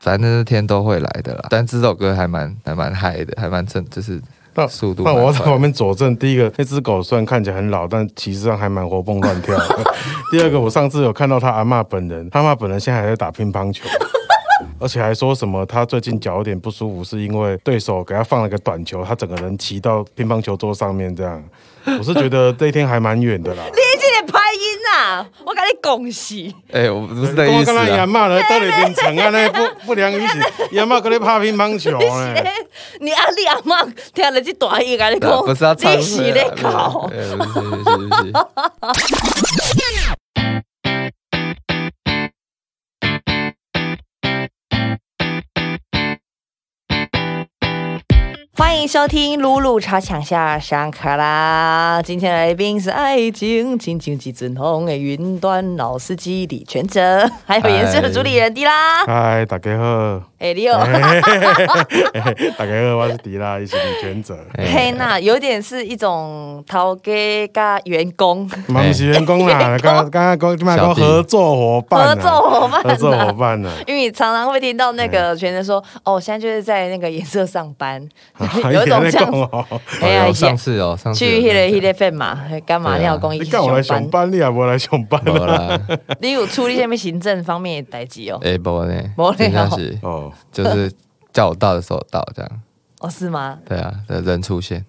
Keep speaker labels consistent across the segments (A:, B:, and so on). A: 反正那天都会来的啦。但这首歌还蛮还蛮嗨的，还蛮正，就是
B: 那
A: 速度
B: 那
A: 蛮
B: 我要在
A: 快的
B: 旁边佐证，第一个，那只狗虽然看起来很老，但其实上还蛮活蹦乱跳的。 第二个，我上次有看到他阿嬷本人，他阿嬷本人现在还在打乒 乓球。而且还说什么他最近脚有点不舒服，是因为对手给他放了个短球，他整个人骑到乒乓球桌上面这样。我是觉得这一天还蛮远的啦。
C: 你这个拍音啊，我跟你恭喜，
A: 哎、我不 是那意思
B: 我刚刚阿
A: 啊。
B: 嬷呢，到底变成啊那不不良语气，阿嬷跟你拍乒 乓球呢、
C: 你阿你阿妈听了这段音，跟你
A: 啊
C: 讲，
A: 不是要唱
C: 你是
A: 歌
C: 咧
A: 啊
C: 搞
A: 对对不是不是不是。
C: 欢迎收听露露超强下上课啦！今天来宾是爱情亲情及阵红的云端老司机李全哲，还有严肃的主理人迪拉。
B: 嗨，大家好。
C: 哎，你有
B: 大家好，我是迪拉，一起李全者。
A: 哎
C: 嘿那有点是一种头家加员工
B: 嘛不是员工啦，刚刚刚讲什么
A: 小
B: 讲
A: 弟
B: 合作伙
C: 合
B: 伴
C: 作
B: 啦，
C: 伙伴、啊，
B: 合作伙伴呢？
C: 因为常常会听到那
B: 哎
C: 个学生说：“哦，我现在就是在那个颜色上 班，
B: 啊
C: 有一种这样子。
B: 哦，
C: 哎呀
A: 哎呦，上次哦，上次
C: 去
A: 有
C: 迄个迄
A: 这样
C: 个 fan 嘛，干嘛你
A: 对啊
C: 要公益
B: 你
C: 去
B: 干我来上
C: 上班？
B: 班，你也无来上班啊
A: 没
B: 啦。
A: 啦，
C: 你有处理下面行政方面的代志哦？
A: 哎，不呢，
C: 没了
A: 真的是
B: 哦，
A: 就是叫我到的时候到这样，
C: 哦，是吗？
A: 对啊，人出现，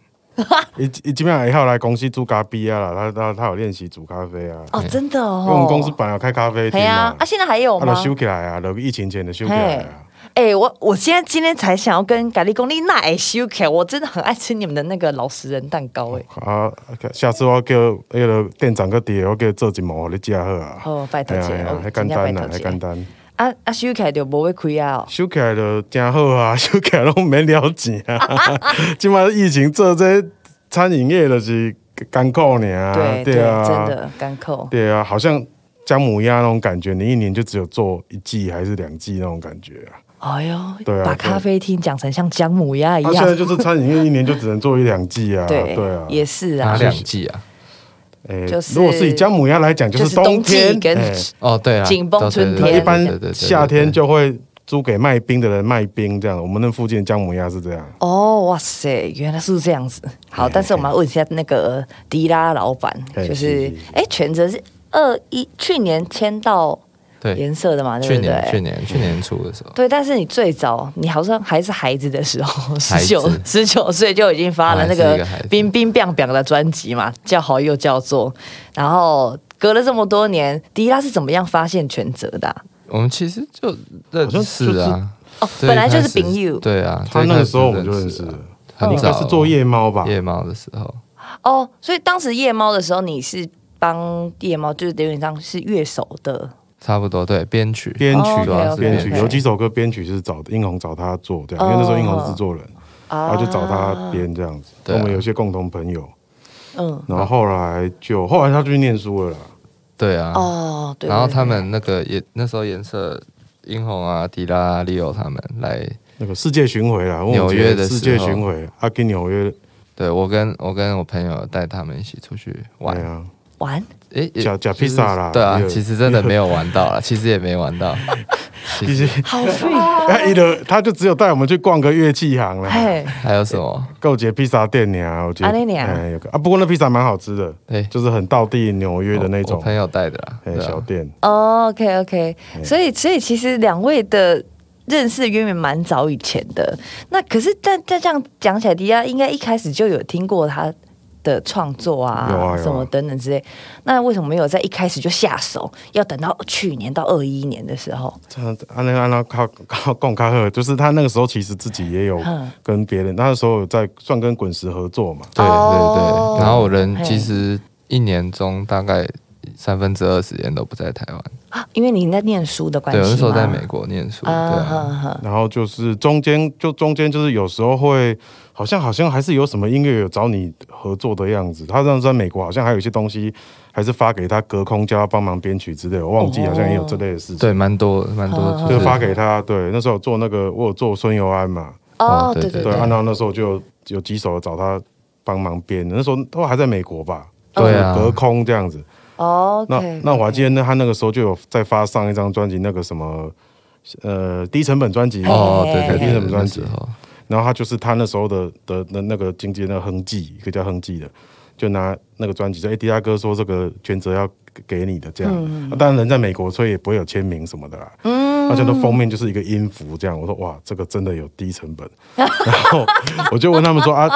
B: 伊伊基本上以后来公司煮咖啡啊啦，他他他有练习煮咖啡啊，
C: 哦，真的哦
B: 因。为我们公司本来有开咖啡
C: 嘿
B: 厅
C: 呀
B: 嘛，
C: 啊，，现在还有
B: 啊，就
C: 吗？
B: 修起来啊，就疫情前的修起来啊。
C: 哎、我我现在今天才想要跟咖喱公力那哎修凯，我真的很爱吃你们的那个老实人蛋糕哎。
B: 啊，下次我叫那个店长个爹，我叫他做一模给你吃好啊。
C: 哦拜托一下
B: 哎呀
C: 哦
B: 那简单
C: 真的
B: 啦，那
C: 拜托一下
B: 简单。
C: 啊啊，修凯就不会亏啊、 哦。
B: 收起来就真好啊， 收起来拢免了钱啊。 即马疫情做这餐饮业就是艰苦呢啊，
C: 对对，
B: 啊，
C: 真，的干扣。
B: 对啊，好像姜母鸭那种感觉，你一年就只有做一季还是两季那种感觉啊。
C: 哎呦，
B: 对啊
C: 把
B: 对
C: 咖啡厅讲成像姜母鸭一
B: 他、现
C: 样。
B: 在啊就是餐饮业一年就只能做一两季啊，
C: 哎对
B: 对啊，
C: 也是啊
A: 哪。两季啊？
B: 哎
C: 就是
B: 如果是以姜母鸭来讲，
C: 就是是冬
B: 天
C: 季，跟
B: 哎
A: 哦，对啊，
C: 紧绷
A: 对对
C: 春天
A: 对
B: 那一般
A: 对对对对
B: 夏天就会租给卖冰的人卖冰这样。我们那附近的姜母鸭是这样。
C: 哦，哇塞，原来是这样子。
B: 哎
C: 好，但是我们要问一下那个迪拉老板，
B: 嘿
C: 就是
B: 是
C: 哎，全责是二一去年签到
A: 对，
C: 颜色的嘛，对
A: 去
C: 不
A: 年去
C: 对？
A: 年去年初的时候，
C: 对，但是你最早，你好像还是孩子的时候，十
A: 孩子
C: 九十九岁就已经发了那
A: 我还是
C: 个
A: 一个孩子
C: 冰冰冰冰的专辑嘛，叫好又叫做。然后隔了这么多年，迪拉是怎么样发现全责的啊、
A: 我们其实就认识啊，
C: 哦，
A: 最
C: 本来就
A: 一
C: 是
A: 开始
C: 朋友
A: 对啊，
B: 他
A: 最一
B: 那
A: 开
B: 个
A: 始
B: 时候我们就认识
A: 啊
B: 了，
A: 很
B: 应该
A: 早
B: 是做夜猫吧？
A: 夜猫的时候，
C: 哦，所以当时夜猫的时候，你是帮夜猫，就是有点像是乐手的
A: 差不多对编曲
B: 编曲啊
C: 哦
A: 主要是
C: OK，OK，OK
B: 编曲
C: OK
B: 有几首歌编曲是找英红找他做这样，
C: 哦
B: 因为那时候英红是制作人，然
C: 啊
B: 哦后就找他编这样子。
A: 对啊
B: 我们有些共同朋友，
C: 嗯，
B: 然后后来就后来他就去念书了啦。
A: 对啊，
C: 哦，对。
A: 然后
C: 对
A: 他，们那个也那时候颜色殷红啊、迪拉、利欧他们来，
B: 那个世界巡回啊啦，
A: 纽约的时候
B: 世界巡回，他跟纽约，
A: 对我跟我跟我朋友带他们一起出去玩
B: 对，啊，
C: 对玩
A: 诶，也
B: 假假披萨啦
A: 就是对啊
B: 也，有
A: 其实真的没有玩到啦，其实也没玩 到，
B: 其实
C: 好 free，
B: 他一的哎他就只有带我们去逛个乐器行啦，
C: 嘿，
A: 还有什么？
B: 购节披萨店呀，我觉
C: 啊那
B: 得
C: 样
B: 哎有个啊，不过那披萨蛮好吃的，
A: 对，
B: 就是很道地纽约的那
A: 我
B: 种
A: 我朋友带的啦，
B: 哎
A: 对啊
B: 小店。
C: 哦，OK OK，所以所以其实两位的。认识的渊源蛮早以前的，那可是但但这样讲起来，迪亚应该一开始就有听过他的创作啊，
B: 有啊有啊
C: 什么等等之类。那为什么没有在一开始就下手？要等到去年到二一年的时候，
B: 这样子，安那安那靠靠贡卡赫，就是他那个时候其实自己也有
C: 嗯
B: 跟别人，那时候有在算跟滚石合作嘛。
A: 对对
C: 哦
A: 对，然后我人
C: 嘿
A: 其实一年中大概三分之二时间都不在台湾，
C: 啊因为你在念书的关
A: 对，
C: 系
A: 我
C: 吗？嗯
A: 那时候在美国念书，对啊，
C: 哈哈
B: 然后就是中间就中间就是有时候会，好像好像还是有什么音乐有找你合作的样子。他那时候在美国好像还有一些东西，还是发给他隔空叫他帮忙编曲之类的，我忘记
C: 哦
B: 好像也有这类的事情。
A: 对，蛮多蛮
C: 嗯
A: 多，
B: 就
A: 就是
B: 发给他，对，那时候有做那个，我有做孙尤安嘛，
C: 哦，
A: 哦
C: 对
A: 对
C: 对
B: 对，
C: 对
B: 啊，然后那时候就有几首找他帮忙编的，那时候都还在美国吧，
A: 对啊
B: 就是隔空这样子，
C: 哦
B: 那
C: OK，
B: 那我还记得那他那个时候就有在发上一张专辑，那个什么呃低成本专辑
A: 哦，
C: 嘿
A: 对对
B: 第
A: 对，
B: 一
A: 对
B: 本专辑
A: 那时候
B: 然后他就是他那时候的的那那个经纪人那个亨记，一个叫亨记的，就拿那个专辑说：“哎，迪亚哥说这个全责要给你的。”这样，那当然人在美国，所以也不会有签名什么的啦。嗯，而且那封面就是一个音符这样。我说：“哇，这个真的有低成本。”然后我就问他们说：“啊，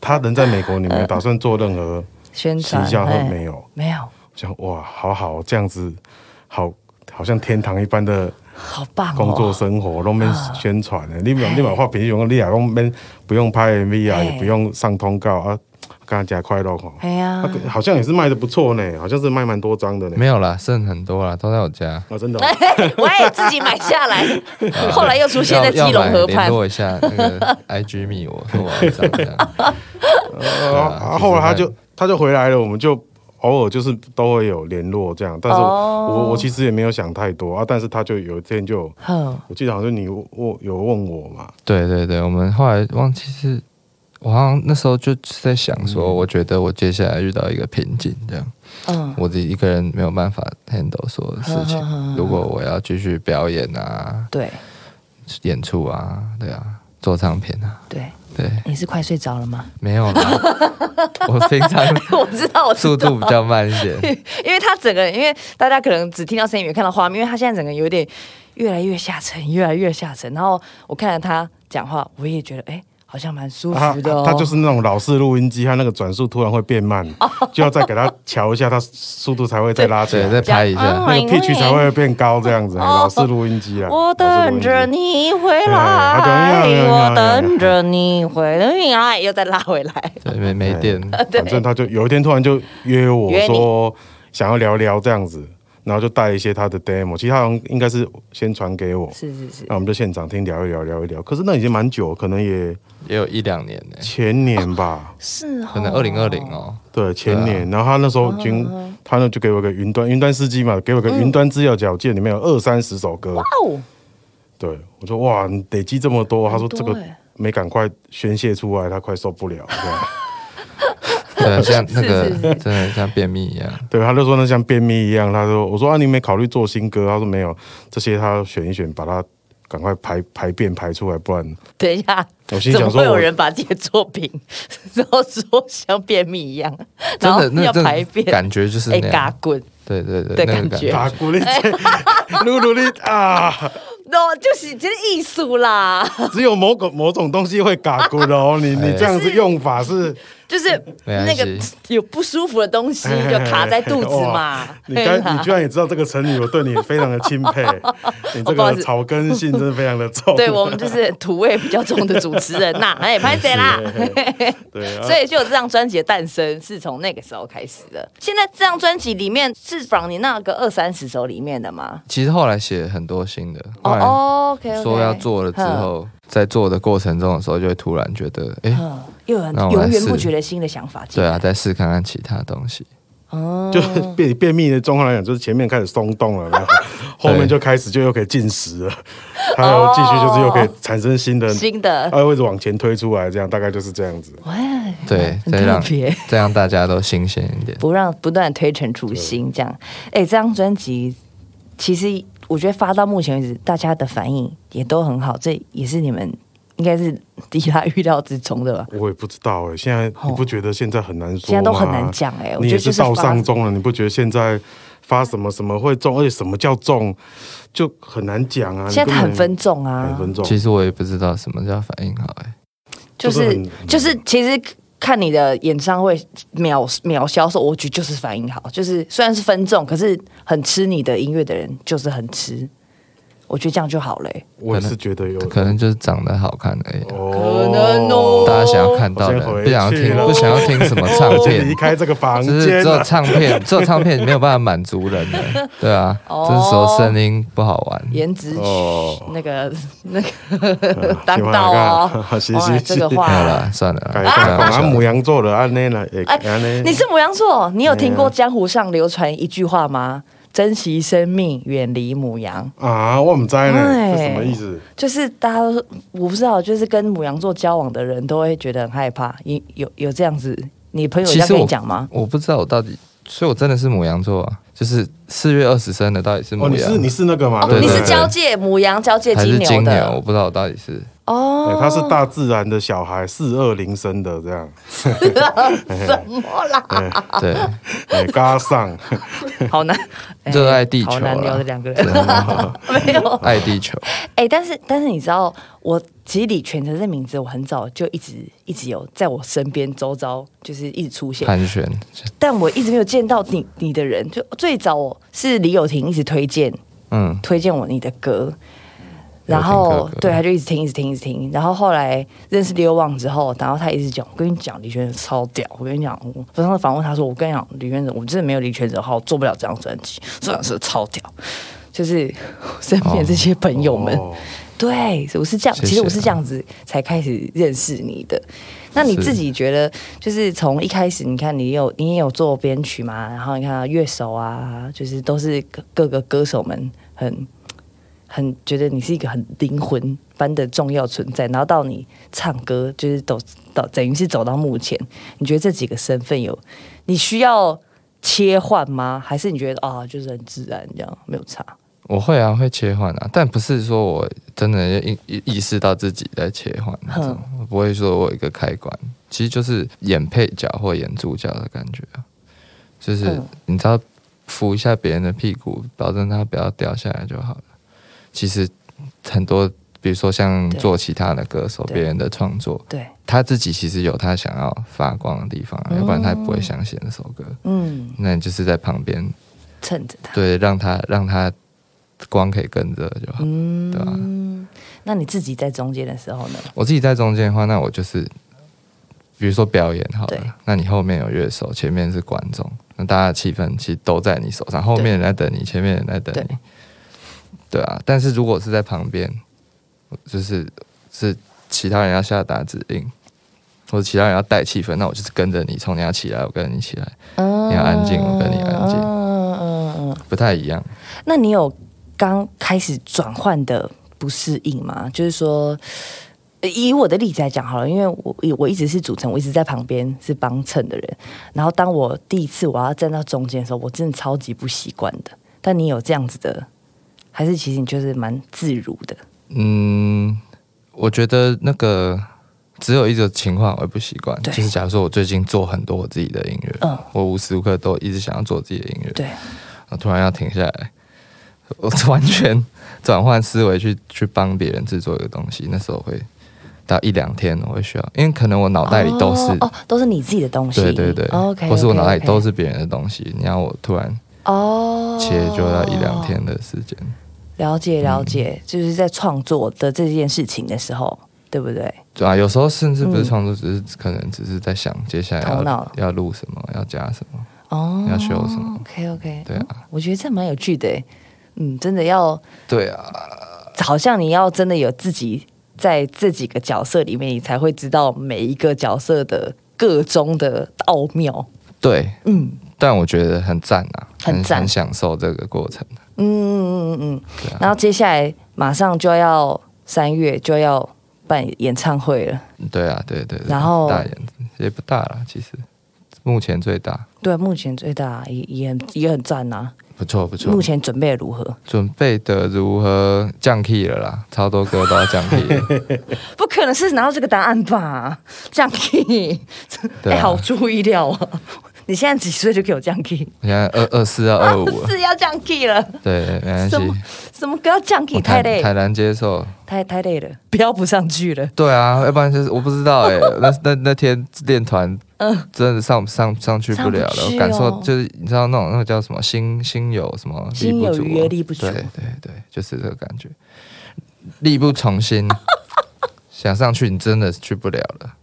B: 他人在美国，你们打算做任何
C: 宣
B: 形
C: 传
B: 象
C: 哎
B: 会没有？”
C: 没有，
B: 我想哇，好好这样子，好好像天堂一般的。
C: 好棒、哦！
B: 工作生活都免宣传欸的，你免你免画平用，你也讲免不用拍 MV 啊，
C: 嘿
B: 也不用上通告啊，刚刚加快乐吼，
C: 哎呀，
B: 啊好像也是卖的不错呢，好像是卖蛮多张的呢。
A: 没有啦，剩很多啦，都在我家。
C: 嗯
B: 啊，真的哦，
C: 我也自己买下来， 后来又出现在基
A: 要要
C: 隆
A: 买
C: 河
A: 联
C: 畔。
A: 络一下那个 IG 密我，说我要一张这样。 就
B: 呃啊
A: 是
B: 后来他
A: 卖
B: 就他就回来了，我们就偶尔就是都会有联络这样，但是我
C: 哦
B: 我我其实也没有想太多啊，但是他就有一天就，
C: 哼，
B: 我记得好像你我有问我嘛，
A: 对对对，我们后来忘记是，我好像那时候就是在想说，我觉得我接下来遇到一个瓶颈，这样
C: 嗯，
A: 我自己一个人没有办法 handle 所有的事
C: 嗯嗯嗯
A: 情。如果我要继续表演啊、
C: 对
A: 演出啊，对啊，做唱片啊，
C: 对，
A: 对，
C: 你是快睡着了吗？
A: 没有啦，我平常
C: 我知道，我知道
A: 速度比较慢一点。
C: 因为他整个人，因为大家可能只听到声音没看到画面，因为他现在整个有点越来越下沉，越来越下沉。然后我看着他讲话，我也觉得哎、好像蛮舒
B: 他
C: 服的哦。
B: 啊他就是那种老式录音机，他那个转速突然会变慢，
C: 哦
B: 就要再给他调一下，他速度才会再拉起
A: 对，
B: 来，
A: 再拍一下
C: 嗯。
B: 那个 pitch 才会变高，这样子。老式录音机啊，
C: 哦我等着
B: 老式录音机。
C: 你回
B: 哎他
C: 来
B: 就哎呀哎呀哎，呀
C: 我等着你回来，哎又再拉回来。
A: 对，没没电，
C: 对
B: 反正他就有一天突然就约我
C: 约你
B: 说想要聊聊这样子，然后就带一些他的 demo，其实他好像应该是先传给我，
C: 是是是
B: 那，我们就现场听聊一聊聊一聊。可是那已经蛮久，可能也
A: 也有一两年呢、
B: 前年吧。
C: 是哦
A: 可能二零二零。 哦。
B: 对，前
C: 啊
B: 年，然后他那时候已
C: 嗯
B: 经，他呢就给我一个云端云端司机嘛，给我个云端资料夹，我记得里面有二三十首歌。
C: 哦，
B: 对，我说哇，你累积这么多，他说这个
C: 很多欸
B: 没赶快宣泄出来，他快受不了。 这样
A: 对啊，像那个
C: 是是
A: 真的像便秘 一样，
B: 对，他就说那像便秘一样，他说我说啊，你没考虑做新歌？他说没有，这些他选一选，把它赶快排排便排出来，不 然
C: 等一下，
B: 我心
C: 怎
B: 想
C: 么
B: 说
C: 会有
B: 我
C: 人把自己的作品， 然后说像便秘一样，然后
A: 真的那
C: 要
A: 真的
C: 排便，
A: 感觉就是那
C: 哎，嘎
A: 样。
C: 滚！
A: 对对对，
C: 的
A: 那个
C: 感觉
B: 打啊鼓励 露露力啊，
C: no，就是这是艺术啦，
B: 只有某个某种东西会嘎咕的哦，你你这样子用法是。
C: 就是
A: 没关
C: 那
A: 系
C: 个有不舒服的东 西就卡在肚子 嘛啊
B: 哇。你
C: 嘿
B: 刚
C: 啦
B: 你居然也知道这个成语，我对你非常的钦佩。 你这
C: 不好意
B: 个
C: 思
B: 草根性真的非常的重。
C: 对我们就是土味比较重的主持人呐， 哎，拍谁啦？
B: 对啊，
C: 所以就有这张专辑的诞生是从那个时候开始的。现在这张专辑里面是仿你那个二三十首里面的吗？
A: 其实后来写很多新的，
C: 哦嗯
A: 后来
C: ，OK，
A: 哎说要做了之，后，在做的过程中的时候，就会突然觉得，哎、
C: 嗯，又有很
A: 那我来
C: 源源
A: 试
C: 不绝的新的想法进
A: 对
C: 来。
A: 啊，再试看看其他东西。
C: 哦，
B: 就是便便秘的状况来讲，就是前面开始松动了，然
C: 嗯
B: 后后面就开始就又可以进食了，还有继续就是又可以产生新的，
C: 哦新的，
B: 它会一直往前推出来，这样大概就是这样子。
C: 喂，
A: 对，
C: 很
A: 再让
C: 特别
A: 再让大家都新鲜一点。
C: 不让不断推陈出新，这样。哎、这张专辑其实我觉得发到目前为止，大家的反应也都很好，这也是你们应该是迪拉预料之中的 吧？
B: 我也不知道哎、现在
C: 哦
B: 你不觉得现在很难说吗？
C: 现在都很难讲哎、我
B: 你
C: 觉
B: 也
C: 得就是是发
B: 到上中了，你不觉得现在发什么什么会中，而且什么叫中，就很难讲啊。
C: 现
B: 你
C: 在
B: 根本
C: 很分众
B: 很
C: 啊，
B: 分众，
A: 其实我也不知道什么叫反应好、哎，
C: 就
B: 就是是很
C: 就是其实。看你的演唱会秒秒销售，我觉得就是反应好，就是虽然是分众，可是很吃你的音乐的人就是很吃，我觉得这样就好了、欸
B: 我也是觉得有
A: 可能就是长得好看而已啊、
B: 可
C: 能哦
A: 大家想要看到的
B: 哦我先，回
A: 不想要
B: 去
A: 听，
B: 了
A: 不想要听什么唱
B: 就
A: 片
B: 哦离。开这个房
A: 就是只
B: 间
A: 有
B: 了。
A: 唱片，只有唱片没有办法满足人的，对 啊，
C: 哦
A: 这时候声音不好玩，
C: 颜值
B: 哦
C: 那个那个当道
B: 喜欢
C: 哦
B: 看，是
C: 哇，
B: 是
C: 这
B: 是
C: 个
A: 没
C: 话
A: 有 啦，算了啦，
B: 改
A: 开
B: 改
A: 玩笑
B: 啊，
A: 的
B: 母羊座的按内了，哎
C: 哎
B: 安内，
C: 你是母羊座，你有听过江湖上流传一句话吗？珍惜生命，远离母羊，
B: 啊，我们在
C: 哎
B: 呢，是什么意思？
C: 就是大家都说我不知道，就是跟母羊座交往的人都会觉得很害怕。有有有这样子，你朋友
A: 其
C: 要
A: 实
C: 跟你
A: 我
C: 讲吗？
A: 我不知道我到底所以我真的是母羊座啊，就是四月二十生的，到底是母
B: 哦，你
A: 羊、
B: 是你是那个嘛？
C: 哦，
B: 对不
C: 你是
B: 对
C: 交界母羊交界
A: 还是
C: 牛
A: 金牛？我
C: 的
A: 不知道我到底 是
C: 哦
B: 对，哎他是大自然的小孩，四二零生的这样，
C: 什么啦？
A: 对
B: 哎，嘎 上，
C: 好难，哎
A: 热爱地球
C: 好难
A: 啦
C: 聊的两个 人
A: 对
C: 没有。
A: 爱地球，
C: 哎，但是但是你知道，我其实李全哲这名字，我很早就一直一直有在我身边周遭，就是一直出现。
A: 盘旋，
C: 但我一直没有见到你你的人。就最早我是李友廷一直推荐
A: 嗯，
C: 推荐我你的歌，
A: 友廷
C: 然后
A: 哥哥
C: 对他就一直听一直听一直听，然后后来认识刘旺之后，然后他一直讲，我跟你讲李全哲超屌，我跟你讲，我我上次访问他说，我跟你讲李全哲，我真的没有李全哲好做不了这张专辑，这张是超屌。就是我身边这些朋友们，
B: 哦
C: 对，我是这样，
A: 谢谢啊
C: 其实我是这样子才开始认识你的。那你
A: 是
C: 自己觉得，就是从一开始，你看你有你也有做编曲嘛，然后你看乐手啊，就是都是各各个歌手们很很觉得你是一个很灵魂般的重要存在，然后到你唱歌，就是走到等于是走到目前，你觉得这几个身份有你需要切换吗？还是你觉得啊，就是很自然这样没有差？
A: 我会啊，会切换啊，但不是说我真的意意意识到自己在切换那种，我不会说我有一个开关，其实就是演配角或演主角的感觉啊，就是
C: 嗯
A: 你只要扶一下别人的屁股，保证他不要掉下来就好了。其实很多，比如说像
C: 对
A: 做其他的歌手，
C: 对
A: 别人的创作，
C: 对，
A: 他自己其实有他想要发光的地方啊，要不然他不会想写那首歌。
C: 哦嗯，
A: 那你就是在旁边，
C: 趁着他。
A: 对，让他让他光可以跟着就好。
C: 嗯，
A: 对啊
C: 那你自己在中间的时候呢？
A: 我自己在中间的话，那我就是，比如说表演好
C: 对
A: 了，那你后面有乐手，前面是观众，那大家的气氛其实都在你手上，后面人在等你，前面人在等你
C: 对，
A: 对啊。但是如果是在旁边，就是是其他人要下达指令，或者其他人要带气氛，那我就是跟着你，从你要起来，我跟你起来，
C: 嗯
A: 你要安静，我跟你安静，
C: 嗯嗯嗯。
A: 不太一样。
C: 那你有刚开始转换的不适应吗？就是说。呃以我的例子来讲好了，因为我我一直是主持人，我一直在旁边是帮衬的人。然后当我第一次我要站到中间的时候，我真的超级不习惯的。但你有这样子的，还是其实你就是蛮自如的？
A: 嗯，我觉得那个只有一种情况我会不习惯，
C: 对
A: 就是假如说我最近做很多我自己的音乐，
C: 嗯
A: 我无时无刻都一直想要做自己的音乐，
C: 对，
A: 然后突然要停下来，我完全转换思维去去帮别人制作一个东西，那时候会到一两天我会需要，因为可能我脑袋里都是，
C: 哦哦都是你自己的东西。哦
A: 对对对
C: o k
A: 或是我脑袋里都是别人的东西，你要我突然
C: 哦，
A: 切就要一两天的时间，
C: 了解了
A: 嗯
C: 解，就是在创作的这件事情的时候，对不对？
A: 对啊，有时候甚至不
C: 嗯
A: 是创作，只是可能只是在想接下来
C: 头
A: 要
C: 脑
A: 要录什么，要加什么。
C: 哦，
A: 要修什么
C: ？OK OK，
A: 对啊，
C: 我觉得这蛮有趣的耶，嗯，真的要，
A: 对啊，
C: 好像你要真的有自己在这几个角色里面，你才会知道每一个角色的各中的奥妙。
A: 对，
C: 嗯
A: 但我觉得很赞啊，
C: 很赞
A: 很享受这个过程。
C: 嗯嗯嗯嗯
A: 对
C: 嗯
A: 啊。
C: 然后接下来马上就要三月就要办演唱会了，
A: 对啊，对对对
C: 然后
A: 大眼也不大啦，其实目前最大，
C: 对，目前最大也也很也很赞呐、
A: 不错不错
C: 目。前准备得如何？
A: 准备的如何降 key 了啦，超多歌都要降 key 了。
C: 不可能是拿到这个答案吧？降 key，哎、
A: 对啊
C: 好出意料啊！你现在几岁就给我降 key？
A: 我现在二二四到二五了，
C: 是要降 key 了？
A: 对，没关系
C: 什，么什么歌要降 key？
A: 我坦
C: 太累，
A: 坦然接受。
C: 太太累了，飙不上去了。
A: 对啊，要不然就是我不知道 哎、那那那天练团，
C: 嗯
A: 真的上上上去不了了，
C: 上不去哦
A: 我感受就是你知道那种那个叫什么心心有什么力
C: 心
A: 不
C: 有
A: 足、啊
C: 余而力不足
A: 对对对，就是这个感觉，力不从 心，想上去你真的去不了了。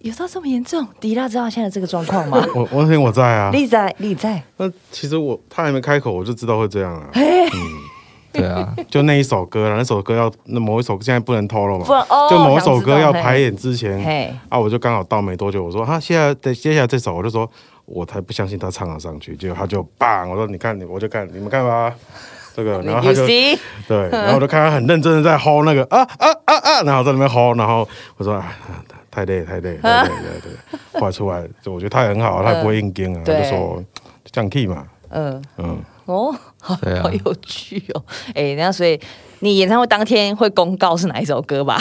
C: 有到这么严重？迪拉知道现在这个状况 吗？
B: 我我那天我在啊，
C: 丽在，丽在，
B: 那其实我他还没开口，我就知道会这样啊。
A: 嗯
C: 哎
A: 对啊，
B: 就那一首歌啦，那首歌要那某一首现在不能透露嘛
C: 不然哦，
B: 就某一首歌要
C: 想知道
B: 排演之前
C: 嘿，
B: 啊，我就刚好到没多久，我说啊，现在接接下来这首，我就说我才不相信他唱得上去，结果他就棒，我说你看你，我就看你们看吧，这个，然后他
C: ，You
B: 就
C: see，
B: 对，然后我就看他很认真的在吼那个啊啊啊啊，然后在那边吼，然后我说啊， 太累太累太累太累，后来出来，就我觉得他也很好，他也不会硬跟啊，他就说讲 key 嘛，
C: 嗯，
B: 嗯，
C: 哦，好、
A: 对啊
C: 好有趣哦。哎，那所以你演唱会当天会公告是哪一首歌吧？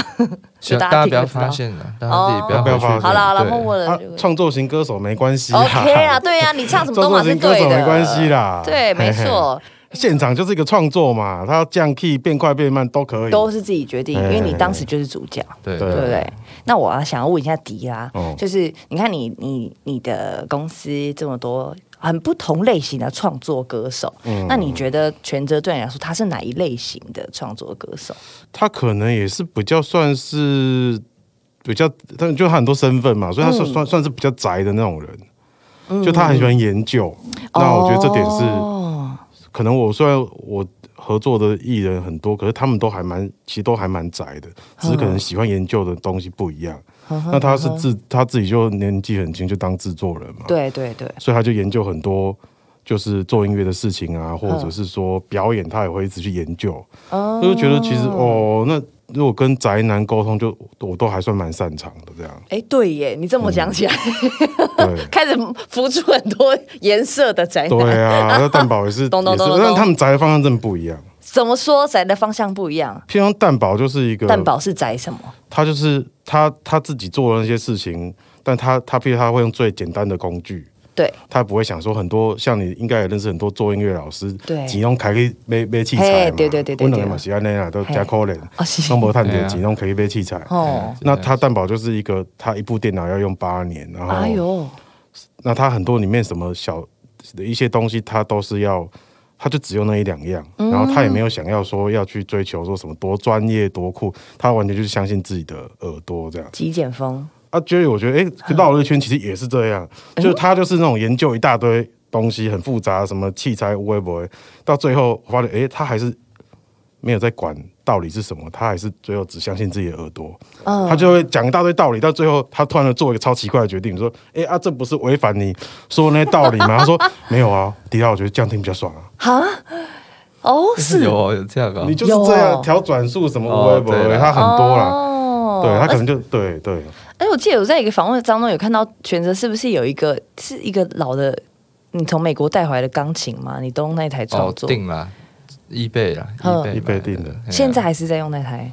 A: 希
C: 就
A: 望
C: 大
A: 大家
C: 家听
A: 不要
C: 就知道
A: 发现了，大家自己不要
B: 哦不
A: 回
B: 要
A: 去
B: 发现
A: 对
C: 好啦好啦，默默
B: 啊
C: 的。
B: 创作型歌手没关系啦
C: 嗯 OK 啊，对啊，你唱什么都
B: 创
C: 嘛
B: 作
C: 是
B: 型歌
C: 对
B: 手
C: 的，
B: 没关系啦，
C: 对，没错，
B: 现场就是一个创作嘛，他要降 key 变快变慢都可以。
C: 都是自己决定，因为你当时就是主角。
A: 对
B: 对
C: 对不对？那我啊想要问一下迪拉，
B: 哦
C: 就是你看你你你的公司这么多很不同类型的创作歌手，
B: 嗯
C: 那你觉得全哲对你来说他是哪一类型的创作歌手？
B: 他可能也是比较算是比较，但就他很多身份嘛，所以他算
C: 嗯
B: 算、算是比较宅的那种人，就他很喜欢研究。那我觉得这点是、
C: 哦
B: 可能我虽然我合作的艺人很多，可是他们都还蛮，其实都还蛮宅
C: 嗯
B: 的，只是可能喜欢研究的东西不一样。那他
C: 嗯
B: 是自他自己就年纪很轻，就当制作人嘛，，
C: 对对对，
B: 所以他就研究很多。就是做音乐的事情啊，或者是说表演，他也会一直去研究。
C: 哦。
B: 我就觉得其实哦，那如果跟宅男沟通就，我都还算蛮擅长的这样
C: 哎，对耶，你这么讲起来，
B: 嗯对，
C: 开始浮出很多颜色的宅男。
B: 对啊，那蛋堡也是，也是，
C: 懂懂懂懂懂
B: 但他们宅的方向真的不一样。
C: 怎么说宅的方向不一样？
B: 譬如像蛋堡就是一个，
C: 蛋宝是宅什么？
B: 他就是他他自己做的那些事情，但他他譬如他会用最简单的工具，
C: 对，
B: 他不会想说很多像你应该也认识很多做音乐老师，
C: 对
B: 只用可以买买器材
C: 嘿
B: 嘛，
C: 对对对对
B: 我两个
C: 对
B: 嘛是安那样，都
C: 嘿
B: 加可怜
C: 哦是，
B: 都没探
A: 对
B: 点，
A: 啊
B: 只用可以买器材。
C: 哦，
B: 那他蛋堡就是一个，他一部电脑要用八年，然后
C: 哎呦，
B: 那它很多里面什么小的一些东西，它都是要，它就只用那一两样，
C: 嗯
B: 然后他也没有想要说要去追求说什么多专业多酷，他完全就是相信自己的耳朵这样。
C: 极简风，
B: 啊，Jerry，我觉得哎，绕了一圈其实也是这样，就是他就是那种研究一大堆东西很复杂，什么器材、微博，到最后发现哎，他还是没有在管道理是什么，他还是最后只相信自己的耳朵，他就会讲一大堆道理，到最后他突然做一个超奇怪的决定，说哎啊，这不是违反你说的那些道理吗？他说没有啊，迪拉，我觉得这样听比较爽啊，
C: 哦，
A: 是
C: 是
A: 有哦有这样啊
B: 你，就是这样调转速什么
A: 哦
B: 微博
A: 对，啦
B: 他很多啦，
C: 哦
B: 对他可能就对对。
C: 而且我记得我在一个访问当中有看到全哲是不是有一个是一个老的，你从美国带回来的钢琴吗？你都用那台创
A: 哦
C: 作，
A: 定啦，易贝啦，
C: 嗯
A: 易
B: 易
A: 贝
B: 贝定的
A: 的，
C: 现在
A: 哎呀
C: 还是在用那台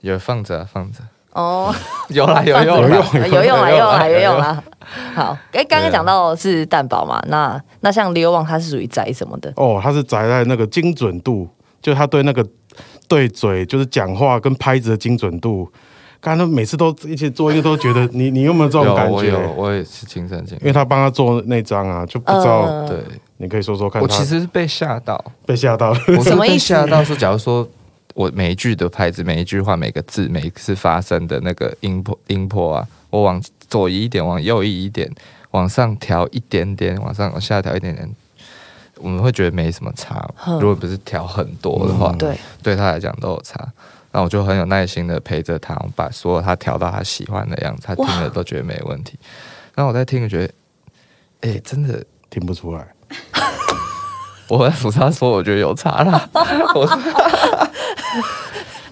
A: 有放着啊放着，
C: 哦，
A: 有啦 有用啦
B: 有用
C: 有用啦，有用啦，有用
A: 啦。
C: 啦。好，哎，刚刚讲到是蛋堡嘛，那那像刘旺他是属于宅什么的，
B: 哦，他是宅在那个精准度，就他对那个对嘴，就是讲话跟拍子的精准度。刚他每次都一起做一个，都觉得你你有没有这种
A: 有
B: 感
A: 我
B: 觉？
A: 有我也是亲身经
B: 因为
A: 历，
B: 他帮他做那张啊，就不知道、
C: 嗯
A: 对
B: 你可以说说看
A: 我
B: 他
A: 其实是被吓到，
B: 被吓到了。
A: 我
C: 什
A: 是
C: 么意
A: 被
C: 思
A: 吓到说，假如说我每一句的拍子、每一句话、每个字、每一次发生的那个音波、音波啊，我往左移一点，往右移一点，往上调一点点，往上往下调一点点，我们会觉得没什么差
C: 嗯。
A: 如果不是调很多的话，
C: 对，
A: 对他来讲都有差。那我就很有耐心的陪着他，我把所有他调到他喜欢的样子，他听了都觉得没问题。然后我在听，觉得，哎、真的
B: 听不出来，
A: 我和薯他说，我觉得有差 啦。我说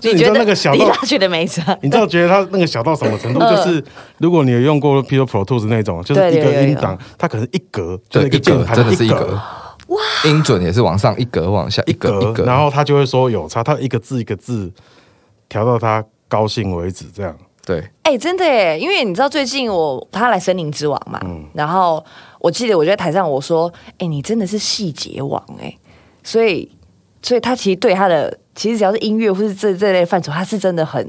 B: 就你知
C: 觉
B: 道
C: 得
B: 那个 小
C: 迪
B: 到
C: 拉，觉得没差，
B: 你知道觉得他那个小到什么程 度？就是如果你有用过，譬如 Pro Tools 那种，就是
C: 呃对
B: 一
C: 有有
B: 个
C: 有
B: 音档，它可能一格，就
A: 对
B: 是一个键盘，
A: 真的是
B: 一
A: 一格，音准也是往上一格，往下一格一格，
B: 然后他就会说有差，他一个字一个字调到他高兴为止，这样。
A: 对
C: 哎、真的耶，因为你知道最近我他来森林之王嘛，
B: 嗯
C: 然后我记得我就在台上我说，哎、你真的是细节王哎，所以所以他其实对他的其实只要是音乐或是这这类范畴，他是真的很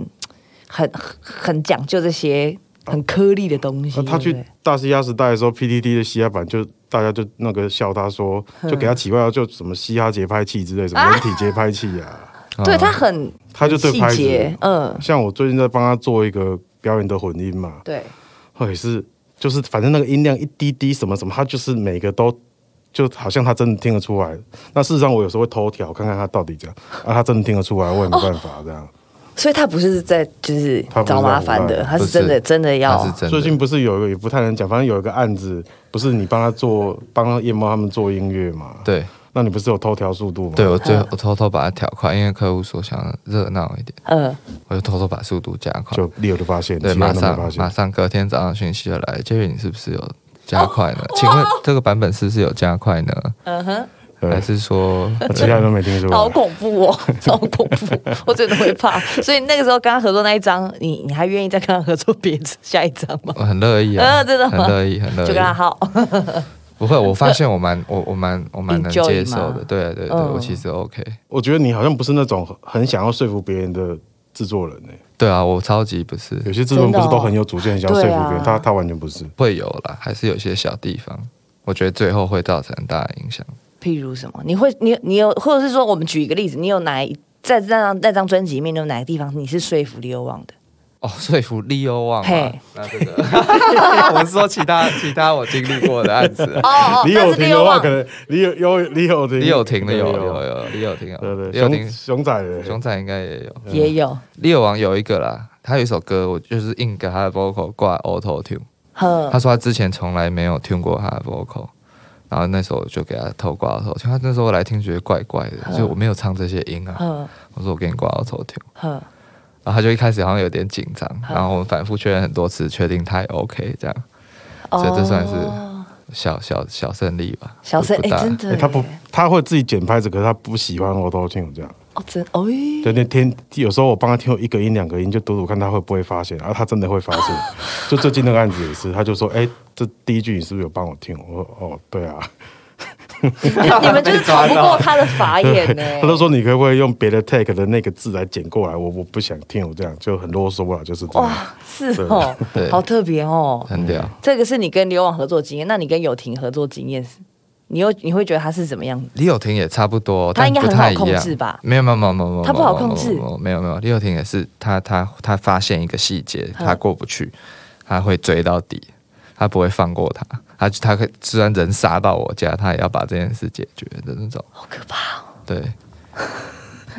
C: 很很很讲究这些很颗粒的东西。
B: 那哦他
C: 对
B: 去
C: 不对
B: 大西亚时代的时候，PDD 的嘻哈版就大家就那个笑他说，就给他起外号，就什么嘻哈节拍器之类，什么人体节拍器啊，
C: 对他很
B: 他就对
C: 细
B: 拍
C: 节
B: 子，。
C: 嗯，
B: 像我最近在帮他做一个表演的混音嘛，
C: 对，
B: 或者是就是反正那个音量一滴滴什么什么，他就是每个都。就好像他真的听得出来，那事实上我有时候会偷调看看他到底这样，啊，他真的听得出来，我也没办法这样。
C: 所以他不是在就是
B: 他不是在
C: 找麻
B: 胡
C: 烦的，
B: 乱
C: 他是
A: 不是
C: 真的真的要
A: 他是真的。
B: 最近不是有一个也不太能讲，反正有一个案子，不是你帮他做，帮夜猫他们做音乐嘛？，
A: 对
B: 那你不是有偷调速度吗？
A: 对，我最后我偷偷把它调快，因为客户说想热闹一点，
C: 嗯，
A: 我就偷偷把速度加快。
B: 就 Leo 就发现，
A: 对，
B: 其他
A: 马
B: 人都没
A: 上
B: 发
A: 马
B: 现，
A: 上隔天早上讯息就来，杰瑞你是不是有加快
C: 哦
A: 呢？请问这个版本是不是有加快呢？
C: 嗯哼，
B: 对
A: 还是 说
B: 我其他都没听说。
C: 好恐怖 哦，好恐怖，我真的会怕。所以那个时候跟他合作那一张，你你还愿意再跟他合作别的下一张吗？
A: 我很乐意啊？
C: 啊真的吗
A: 很乐意，很乐
C: 就
A: 意。
C: 跟他好，
A: 不会，我发现我蛮我我蛮我蛮能
C: Enjoy
A: 接受
C: 嘛
A: 的，对对对，
C: 嗯
A: 我其实 OK。
B: 我觉得你好像不是那种很想要说服别人的制作人呢、欸
A: 对啊，我超级不是
B: 有些制作人
C: 真的
B: 不
C: 哦
B: 是都很有主见，想要说服别
C: 对
B: 人，
C: 啊
B: 他他完全不是。
A: 会有啦，还是有些小地方，我觉得最后会造成很大的影响。
C: 譬如什么？你会你你有，或者是说，我们举一个例子，你有哪一在那张那张专辑里面有哪个地方你是说服刘旺的？
A: 哦，说服利欧旺嘛
C: 嘿，
A: 那这个 我是说其他其他我经历过的案子 啊，
C: 哦哦
B: 李友廷的话，可能李友有李友廷，
A: 李友廷的有
B: 对
A: 有，有，李友廷
B: 对
A: 有，
B: 对
A: 李友
B: 对，熊
A: 廷
B: 熊仔的，
A: 熊嗯仔应该也有，
C: 也有，
A: 利友王有一个啦，他有一首歌，我就是硬给他的 vocal 挂 auto tune，
C: 哼
A: 他，说他之前从来没有 tune 过他的 vocal。然后那时候我就给他偷挂 auto，tune，他那时候来听觉得怪怪的，就我没有唱这些音啊。
C: 哼
A: 我说我给你挂 auto tune，
C: 哼，
A: 然后他就一开始好像有点紧张，
C: 好
A: 然后我们反复确认很多次，确定他也 OK 这样，
C: 哦
A: 所以这算是小小小胜利吧。
C: 小生
A: 不
C: 哎，
A: 不大
C: 真的
B: 欸
C: 耶，
B: 他不他会自己剪拍子，可是他不喜欢我都听这样。
C: 哦，真哦， 咦
B: 对，那天有时候我帮他听我一个音两个音，就读读看他会不会发现，然、啊后他真的会发现。就最近那个案子也是，他就说：“哎、这第一句你是不是有帮我听？”我说：“哦，对啊。。
C: 你们就是逃不过他的法 眼呢
B: 他都说：“你可不可以用别的 take 的那个字来剪过来？我我不想听，我这样就很啰嗦了，就是这样。
C: 哇，是哦
A: 对，
C: 好特别哦。
A: 很屌。
C: 这个是你跟刘网合作经验，那你跟友婷合作经验是，你又你会觉得他是怎么样？
A: 李友廷也差不多，
C: 他应该
A: 但不太
C: 很好控
A: 一
C: 制
A: 样
C: 吧
A: 没有没有没有没有没有，
C: 他不好控制
A: 没有没有没有。李友廷也是，他他他发现一个细节，
C: 嗯
A: 他过不去，他会追到底，他不会放过他。他他可以虽然人杀到我家，他也要把这件事解决的那种。
C: 好可怕哦！
A: 对，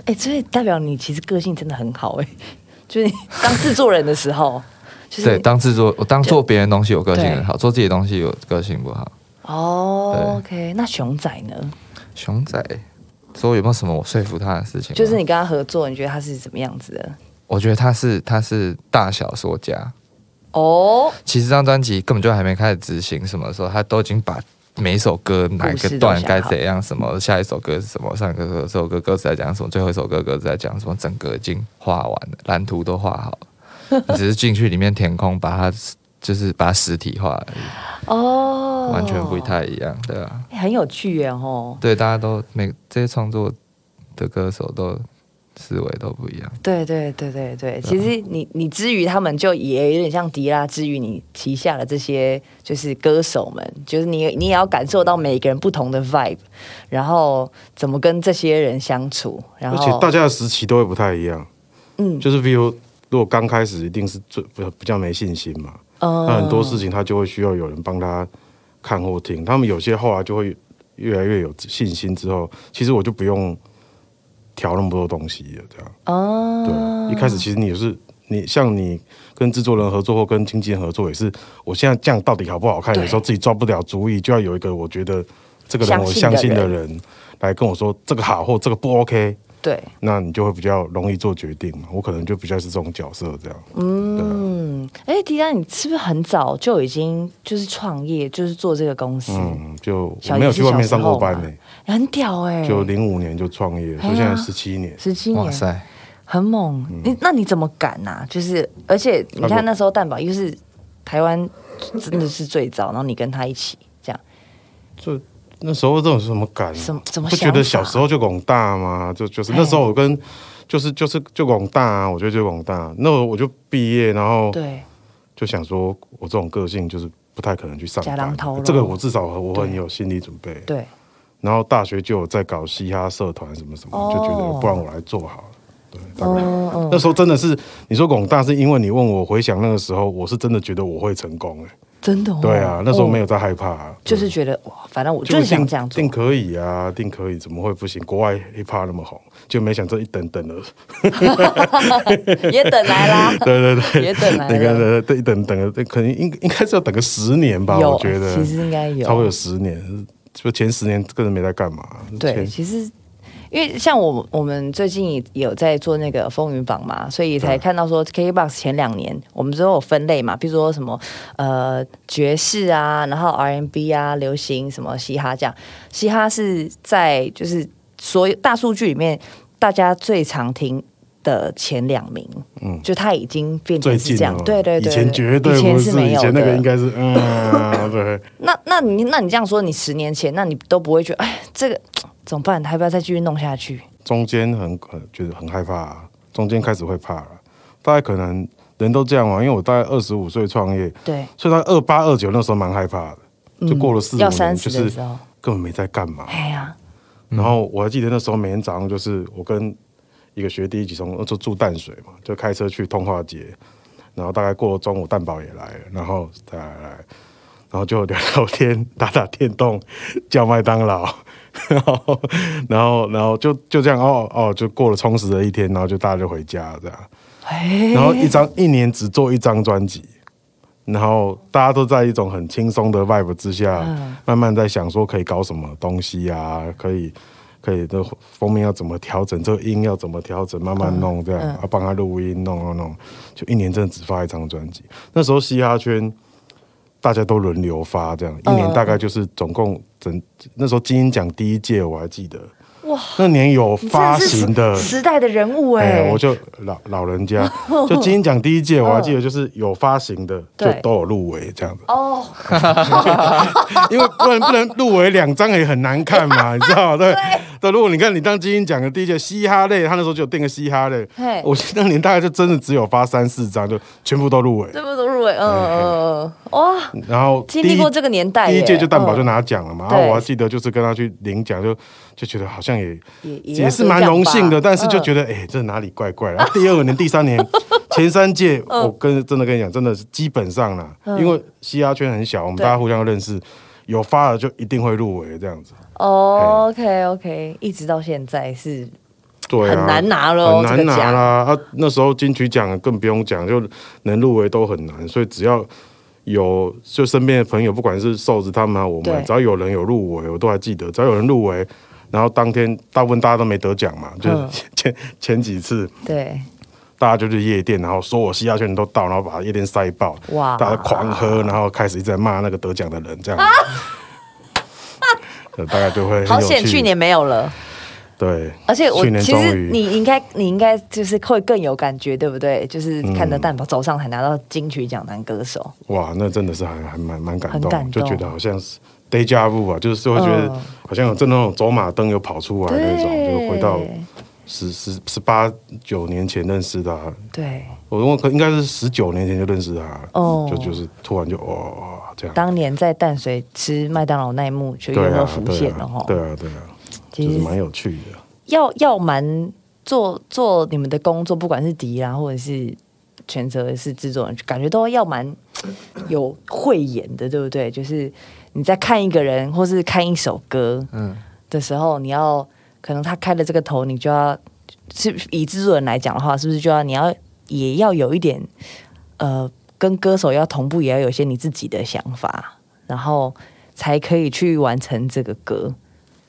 C: 哎，所以代表你其实个性真的很好哎， 就是你当制作人的时候，就是
A: 对，
C: 你
A: 当制作我当做别人东西，我个性
C: 对
A: 很好；做自己的东西，我个性不好。
C: 哦，OK，那熊仔呢？
A: 熊仔说有没有什么我说服他的事情吗？
C: 就是你跟他合作，你觉得他是怎么样子的？
A: 我觉得他是他是大小说家。
C: 哦，
A: 其实这张专辑根本就还没开始执行，什么的时候他都已经把每一首歌哪一
C: 故事
A: 个
C: 都
A: 段
C: 想
A: 该
C: 好
A: 怎样，什么下一首歌是什么，上一个歌这首歌歌词在讲什么，最后一首歌歌词在讲什么，整个已经画完了，蓝图都画好 了，你只是进去里面填空，把它就是把它实体化而已，
C: 哦，
A: 完全不太一样，对啊，
C: 哎很有趣耶哦。
A: 对，大家都每这些创作的歌手都思维都不一样。
C: 对对对对对，
B: 啊
C: 其实你你之于他们就也有点像迪拉之于你旗下的这些就是歌手们，就是你你也要感受到每个人不同的 vibe，然后怎么跟这些人相处，然
B: 而且
C: 后
B: 大家的时期都会不太一样。
C: 嗯
B: 就是比如，如果刚开始一定是最比比较没信心嘛，
C: 嗯
B: 那很多事情他就会需要有人帮他看或听。他们有些后来就会越来越有信心，之后其实我就不用调那么多东西了，这样。
C: 哦，
B: 对啊，一开始其实你也是你像你跟制作人合作或跟经纪人合作，也是我现在这样到底好不好看，
C: 对
B: 有时候自己抓不了主意，就要有一个我觉得这个人我
C: 相
B: 相
C: 信
B: 信
C: 的
B: 的
C: 人
B: 人来跟我说这个好或这个不 OK，
C: 对，
B: 那你就会比较容易做决定嘛。我可能就比较是这种角色这样。嗯，
C: 嗯，哎，迪拉，你是不是很早就已经就是创业，就是做这个公司，
B: 嗯，就
C: 小
B: 我没有
C: 姨是
B: 去外面
C: 小时
B: 上过
C: 候
B: 班欸
C: 嘛
B: 呢、
C: 很屌哎、
B: 就零五年就创业，所
C: 哎呀
B: 以现在十七年。
C: 十七
A: 哇
C: 年，
A: 塞，
C: 很猛。
B: 嗯
C: 你那你怎么敢啊？就是，而且
B: 啊
C: 你看那时候蛋堡又是台湾真的是最早，然后你跟他一起这样，
B: 就那时候这种是什么感？
C: 什么怎么
B: 不
C: 想
B: 觉
C: 法哎
B: 得小时候就广大吗？就就是
C: 嘿
B: 那时候我跟就是就是就广大、啊，我觉得就广大。那我我就毕业，然后
C: 对，
B: 就想说，我这种个性就是不太可能去上
C: 假狼头
B: 班
C: 咯。
B: 这个我至少我
C: 对
B: 很有心理准备。
C: 对，
B: 然后大学就有在搞嘻哈社团什么什么，
C: 哦
B: 就觉得不然我来做好了。对，大概、
C: 嗯
B: 那
C: 嗯，
B: 时候真的是你说广大，是因为你问我回想那个时候，我是真的觉得我会成功哎、
C: 真的、哦，
B: 对啊，那时候没
C: 有，
B: 有在害怕啊、
C: 就
B: 对
C: 是觉得哇，反正我就是
B: 定
C: 想这样做
B: 定，可以啊，定可以，怎么会不行？国外 hiphop 那么红，就没想这一等等了，，
C: 也等来啦
B: 对对对，
C: 也等来
B: 那
C: 了，
B: 个这一等等了，可能应应该是要等个十年吧，
C: 有
B: 我觉得
C: 其实应该有
B: 超过有十年，就前十年个人没在干嘛，
C: 对，
B: 前
C: 其实。因为像我我们最近也有在做那个风云榜嘛，所以才看到说 KBox 前两年我们都有分类嘛，比如说什么呃爵士啊，然后 RMB 啊，流行什么嘻哈这样，嘻哈是在就是所有大数据里面大家最常听。的前两名，嗯，就他已经变成
B: 最
C: 是
B: 近
C: 这样，
B: 哦
C: 对对对，
B: 以前绝对
C: 以前
B: 不
C: 是没
B: 以
C: 有的。
B: 前那个应该是嗯， 对，
C: 那那你那你这样说，你十年前，那你都不会觉得，哎，这个怎么办？还不要再继续弄下去？
B: 中间很很觉得很害怕、啊中间开始会怕了、大概可能人都这样嘛，因为我大概二十五岁创业，
C: 对，
B: 所以到二八二九那时候蛮害怕的，就过了四五
C: 嗯要
B: 年，
C: 三
B: 就
C: 十
B: 是
C: 的时候，
B: 根本没在干嘛。
C: 哎呀，
B: 然后我还记得那时候每天早上就是我跟一个学弟一起从就住淡水嘛，就开车去通化街，然后大概过了中午蛋堡也来了，然后再来来，然后就聊聊天、打打电动、叫麦当劳，然后然后然后就就这样哦哦，就过了充实的一天，然后就大家就回家这样，
C: 哎，
B: 然后一张一年只做一张专辑。然后大家都在一种很轻松的 vibe 之下，
C: 嗯
B: 慢慢在想说可以搞什么东西啊，可以可以这封面要怎么调整，这个音要怎么调整，慢慢弄这样，啊，帮他录音弄弄弄，就一年真的只发一张专辑。那时候嘻哈圈大家都轮流发，这样
C: 嗯
B: 一年大概就是总共整那时候金鹰奖第一届我还记得，
C: 哇，
B: 那年有
C: 你真的
B: 发
C: 是
B: 行的
C: 时时代的人物
B: 哎、
C: 哎，
B: 我就老老人家， 就金鹰奖第一届，我还记得就是有发行的，就
C: 嗯对
B: 都有入围这样子，
C: 哦，
B: 因为不然不能入围两张也很难看 嘛，你知道吗？对对，如果你看你当金鹰奖的第一届嘻哈类，他那时候就有定个嘻哈类
C: 嘿，
B: 我那年大概就真的只有发三四张，就全部都入围，
C: 这不都入围？嗯嗯嗯，哇，
B: 然后
C: 经
B: 第
C: 历
B: 一
C: 过这个年代耶，
B: 第一届就蛋堡
C: 嗯
B: 就拿奖了嘛，
C: 对
B: 然后我还记得就是跟他去领奖，就就觉得好像也
C: 也
B: 也是蛮荣幸的，但是就觉
C: 得
B: 得哎、这哪里怪怪的。然后第二年、第三 年、前三届，
C: 嗯
B: 我跟真的跟你讲，真的是基本上啦，因为嘻哈圈很小，我们
C: 对
B: 大家互相认识，有发了就一定会入围这样子。
C: OK OK，一直到现在是
B: 对啊，
C: 很难拿咯
B: 很难
C: 这个
B: 拿
C: 奖
B: 啦。啊，那时候金曲奖更不用讲，就能入围都很难，所以只要有就身边的朋友，不管是瘦子他们啊，我
C: 对
B: 们只要有人有入围，我都还记得，只要有人入围。然后当天大部分大家都没得奖嘛，就
C: 嗯
B: 前前几次，
C: 对，
B: 哎大家就去夜店，然后所有西亚圈都到，然后把夜店塞爆，
C: 哇
B: 大家狂喝，然后开始一直在骂那个得奖的人，这 样。呃大概就会很有
C: 好险
B: 趣
C: 去年没有了。
B: 对，
C: 而且我
B: 去年
C: 其
B: 终
C: 实
B: 于
C: 你应该你应该就是会更有感觉，对不对？就是看
B: 嗯
C: 着蛋宝走上台拿到金曲奖男歌手，
B: 哇，那真的是还还蛮蛮感
C: 很
B: 动，
C: 感动
B: 就觉得好像是 day job 吧，就是会觉得
C: 嗯
B: 好像有真的那种走马灯有跑出来那种，就回到十十十八九年前认识他，
C: 对
B: 我我可应该是十九年前就认识他，
C: 哦
B: 就就是突然就哦这样，
C: 当年在淡水吃麦当劳那一幕，就有
B: 对
C: 没有
B: 啊
C: 浮
B: 对
C: 现
B: 啊
C: 了哈？
B: 对啊对啊，
C: 其
B: 就是
C: 实
B: 蛮有趣的。
C: 要要蛮做做你们的工作，不管是迪啊，或者是全责是制作人，感觉都要蛮有慧眼的，对不对？就是你在看一个人，或是看一首歌，
A: 嗯，
C: 的时候，你要可能他开了这个头，你就要是以制作人来讲的话，是不是就要你要也要有一点呃，跟歌手要同步，也要有一些你自己的想法，然后才可以去完成这个歌。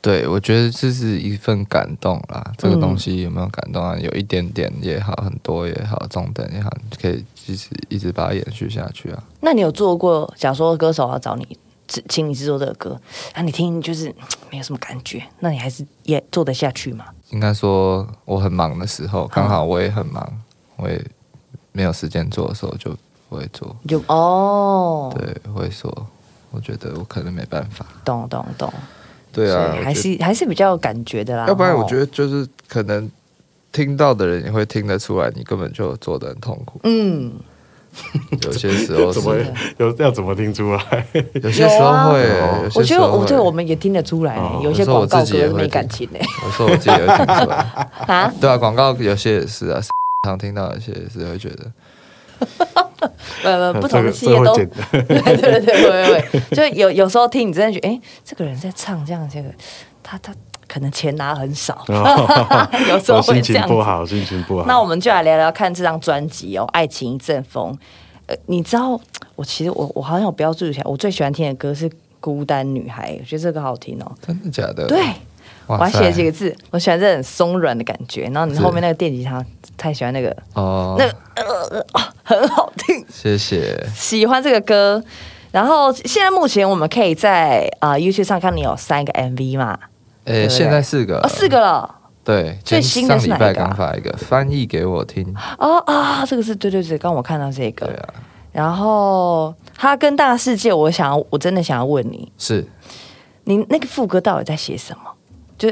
A: 对，我觉得这是一份感动啦。这个
C: 嗯
A: 东西有没有感动啊？有一点点也好，很多也好，中等也好，你可以一直一直把它延续下去啊。
C: 那你有做过？假如说歌手要找你制，请你制作这个歌，那、你听就是嗯没有什么感觉，那你还是也做得下去吗？
A: 应该说我很忙的时候，刚好我也很忙，我也没有时间做的时候就不会做。
C: 你就哦，
A: 对，我会说，我觉得我可能没办法。
C: 懂懂懂，
A: 对啊，
C: 所以
A: 我
C: 还
A: 觉得
C: 是还是比较有感觉的啦。
A: 要不然我
C: 哦
A: 觉得就是可能听到的人也会听得出来，你根本就做的很痛苦。
C: 嗯，
A: 有些时候是
B: 怎，么有 要怎么听出来？
A: 有些时候会，有些
C: 我觉
A: 时候
C: 得
A: 会
C: 啊我对我们也听得出来，
B: 哦
C: 有些
A: 有时候
C: 广
A: 我
C: 告
A: 自己也
C: 歌
A: 会
C: 没
A: 听
C: 感情 呢。
A: 我说我自己有听出 来
C: 啊，
A: 对啊，广告有些也是啊， 常听到有些也是会觉得，
C: 呃，不同的企
B: 这
C: 业
B: 个
C: 都，
B: 这
C: 对
B: 个会剪
C: 对对对对，就有有时候听你真的觉得，哎，这个人在唱这样，这个他他可能钱拿很少，
A: 哦
C: 有时候
B: 我
C: 会
B: 哦心
C: 这
B: 情
C: 样
B: 不
C: 子。
B: 好，心情不好。
C: 那我们就来聊聊看这张专辑哦，《爱情一阵风》。呃，你知道我其实我我好像有标注一下，我最喜欢听的歌是《孤单女孩》，我觉得这个好听哦。
A: 真的假的？
C: 对，我要写几个字，我喜欢这种松软的感觉。然后你后面那个电吉他，太喜欢那个，
A: 哦，
C: 那个呃呃很好听，
A: 谢谢，
C: 喜欢这个歌。然后现在目前我们可以在啊、呃 YouTube 上看你有三个 MV 嘛？对
A: 诶，现在四个
C: 哦，，四个了。
A: 对，前
C: 最新的
A: 上
C: 是
A: 礼
C: 哪一个
A: 拜
C: 啊
A: 刚发一个，翻译给我听，
C: 哦啊，这个是对对对，刚我看到这个。
A: 对啊，
C: 然后他跟大世界，我想要，我真的想要问你，
A: 是
C: 你那个副歌到底在写什么？就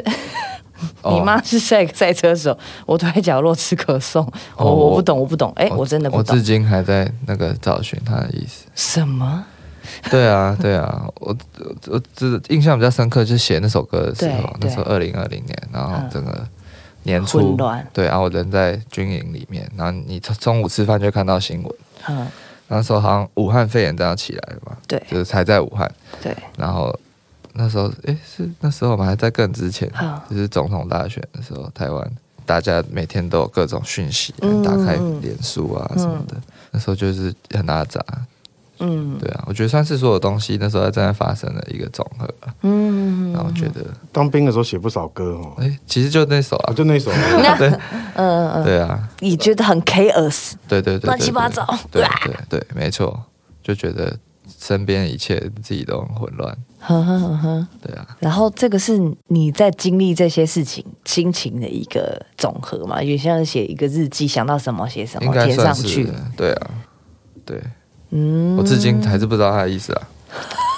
A: 哦
C: 你妈是赛赛车手，我躲在角落吃可颂，我、
A: 哦我
C: 我不懂，我不懂，哎、我真的不
A: 我
C: 懂
A: 至今还在那个找寻他的意 思。
C: 什么。
A: 对啊，对啊，我我我这印象比较深刻，就是写那首歌的时候
C: 对，
A: 那时候
C: 对
A: 二零二零年，然后
C: 嗯
A: 整个年
C: 混
A: 初
C: 乱，
A: 对，然后我人在军营里面，然后你中中午吃饭就会看到新闻，
C: 嗯，
A: 那时候好像武汉肺炎这样起来了嘛，
C: 对
A: 就是才在武汉，
C: 对，
A: 然后那时候诶，是那时候我们还在更之前
C: 嗯，
A: 就是总统大选的时候，台湾大家每天都有各种讯息，
C: 嗯
A: 打开
C: 嗯
A: 脸书啊什么的，那时候就是很阿杂，
C: 嗯
A: 对啊，我觉得算是所有东西那时候在正在发生的一个总和吧，
C: 嗯，
A: 然后觉得，
B: 当兵的时候写不少歌哦，
A: 哎、其实就那首
B: 啊，
A: 啊，
B: 就那 首，
A: 对，嗯，对啊，
C: 你觉得很 chaos，
A: 对对对对，
C: 乱七
A: 对
C: 八糟
A: 对对对，没错，就觉得身边一切自己都很混乱，
C: 呵呵呵呵。
A: 对啊，
C: 然后这个是你在经历这些事情心情的一个总和嘛，也像是写一个日记，想到什么写什
A: 应
C: 么，
A: 该
C: 填上
A: 算是
C: 去。
A: 对啊，对，嗯，我至今还是不知道他的意思啊，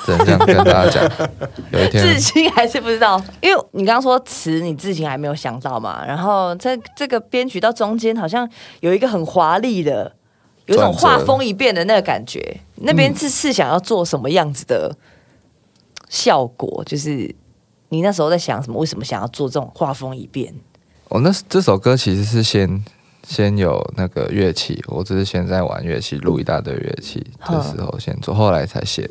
A: 只能这样跟大家讲，有一天
C: 至，今还是不知道，因为你刚刚说词，你至今还没有想到嘛。然后这这个编曲到中间，好像有一个很华丽的，有一种
A: 转折
C: 画风一变的那个感觉。那边是是想要做什么样子的效果？就是你那时候在想什么？为什么想要做这种画风一变？
A: 我、那这首歌其实是先。先有那个乐器，我只是先在玩乐器，录一大堆乐器
C: 嗯
A: 的时候先做，后来才写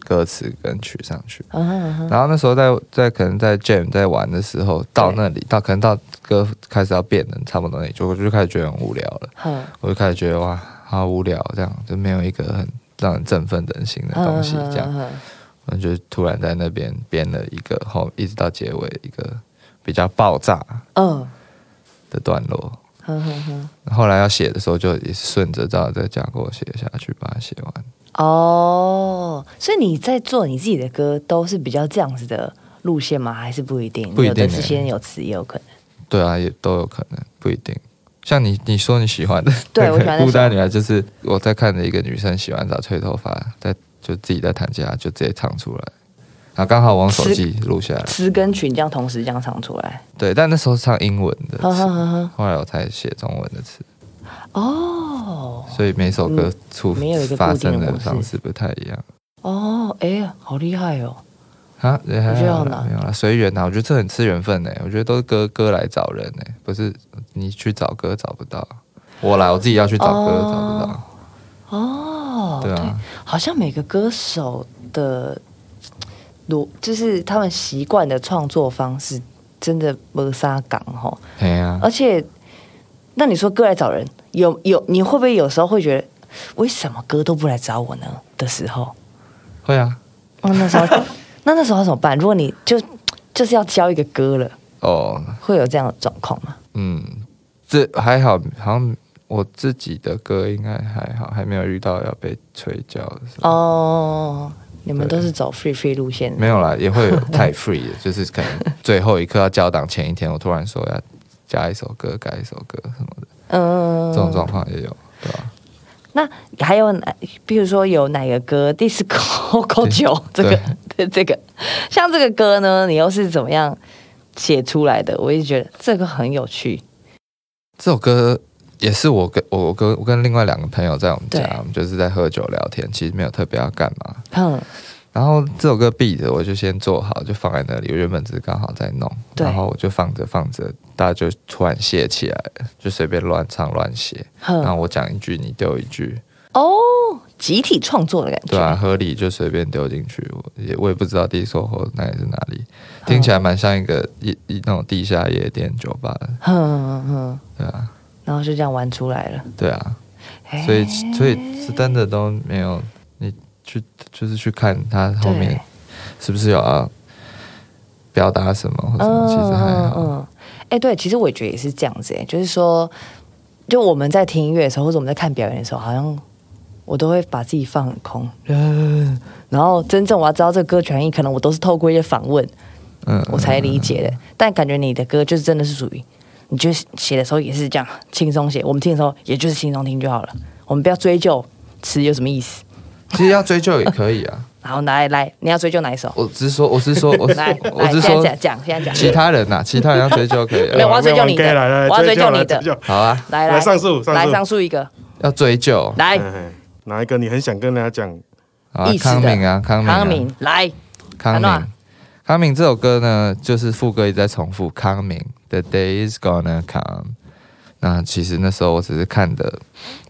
A: 歌词跟曲上去。
C: 嗯哼嗯哼
A: 然后那时候在在可能在 jam 在玩的时候，到那里到可能到歌开始要变了，差不多那里就我就开始觉得很无聊了，
C: 哼
A: 我就开始觉得哇好无聊，这样就没有一个很让人振奋人心的东西，这样，
C: 嗯哼
A: 我就突然在那边编了一个后，一直到结尾一个比较爆炸
C: 嗯
A: 的段落。
C: 哼哼哼，
A: 后来要写的时候，就也是顺着照这个架构写下去，把它写完。
C: 哦，所以你在做你自己的歌，都是比较这样子的路线吗？还是不一定？
A: 不一定
C: 有的
A: 欸
C: 是先有词，也有可能。
A: 对啊，也都有可能，不一定。像你你说你喜欢的
C: 对
A: 那个
C: 我喜欢那首
A: 孤单女孩，就是我在看着一个女生洗完澡吹头发，在就自己在弹吉他，就直接唱出来。啊，刚好我用手机录下来。
C: 词跟曲这样同时这样唱出来。
A: 对，但那时候是唱英文的
C: 呵呵
A: 词，
C: 呵呵
A: 后来我才写中文的词，
C: 哦
A: 所以每首歌出
C: 嗯没有一个固
A: 发
C: 定
A: 生
C: 的
A: 的
C: 模式
A: 方式不太一样。
C: 哦，哎呀，好厉害哦！
A: 啊，也还
C: 我觉得
A: 好
C: 好
A: 啦
C: 难
A: 没有啦，随缘啦。我觉得这很吃缘分呢、我觉得都是歌歌来找人呢、不是你去找歌找不到。我来，我自己要去找歌、
C: 哦
A: 找不到。
C: 哦，
A: 对啊，
C: 好像每个歌手的逻就是他们习惯的创作方式，真的没啥港吼。
A: 嘿呀、
C: 而且，那你说歌来找人，有有你会不会有时候会觉得，为什么歌都不来找我呢？的时候，
A: 会啊。
C: 那哦那时候， 那那时候要怎么办？如果你就就是要教一个歌了，
A: 哦，
C: 会有这样的状况吗？
A: 嗯，这还好，好像我自己的歌应该还好，还没有遇到要被催教的时候。
C: 哦，你们都是走 free free 路线的，
A: 没有 啦，也会有太 free 的，就是可能最后一刻要交档前一天，我突然说要加一首歌、改一首歌什么的，
C: 嗯
A: 这种状况也有，对吧、
C: 那还有哪？比如说有哪个歌，disco 九这个对这个，像这个歌呢，你又是怎么样写出来的？我也觉得这个很有趣。
A: 这首歌也是我跟我我跟我跟另外两个朋友在我们家
C: 对，
A: 我们就是在喝酒聊天，其实没有特别要干嘛。
C: 哼，
A: 然后这首歌 beat 我就先做好，就放在那里。我原本只是刚好在弄，
C: 对
A: 然后我就放着放着，大家就突然泄起来了，就随便乱唱乱写。然后
C: 哼，
A: 我讲一句，你丢一句，
C: 哦，集体创作的感觉，
A: 对啊，合理就随便丢进去。我也我也不知道地说或那里是哪里，听起来蛮像一个一一那种地下夜店酒吧的，
C: 哼哼哼，
A: 对啊，
C: 然后就这样玩出来了。
A: 对啊。
C: 哎
A: 所以所以是真的都没有，你去就是去看他后面
C: 对
A: 是不是有要表达什么或什么，
C: 嗯
A: 其实还好。
C: 嗯，哎、对，其实我也觉得也是这样子、哎，就是说，就我们在听音乐的时候，或者我们在看表演的时候，好像我都会把自己放很空，
A: 嗯
C: 呃然后真正我要知道这个歌权益，可能我都是透过一些访问，
A: 嗯，
C: 我才理解的。但感觉你的歌就是真的是属于，你就写的时候也是这样轻松写，我们听的时候也就是轻松听就好了，我们不要追究词有什么意思。
A: 其实要追究也可以 啊。
C: 然后来来，你要追究哪一首？
A: 我只是说，我是说，我是
C: 来
A: 我
C: 来，
A: 只
C: 现
A: 是
C: 在
A: 说
C: 讲讲，现在讲。
A: 其他人呐、其他人要追究可以、
C: 没有
A: 啊。
C: 我要追究你的
B: gay 来来来
C: 我要追究你
B: 来
C: 的
B: 究
A: 好啊，
C: 来
B: 来上诉上诉
C: 来上诉一个，
A: 要追究。
C: 来
B: 嘿嘿哪一个你很想跟人家讲？
A: 好啊
C: 意，思
A: 康
C: 的
A: 敏啊，康敏、啊，
C: 康敏来，
A: 康
C: 安娜
A: 敏，康敏这首歌呢，就是副歌一直在重复康敏，The day is gonna come。那其实那时候我只是看的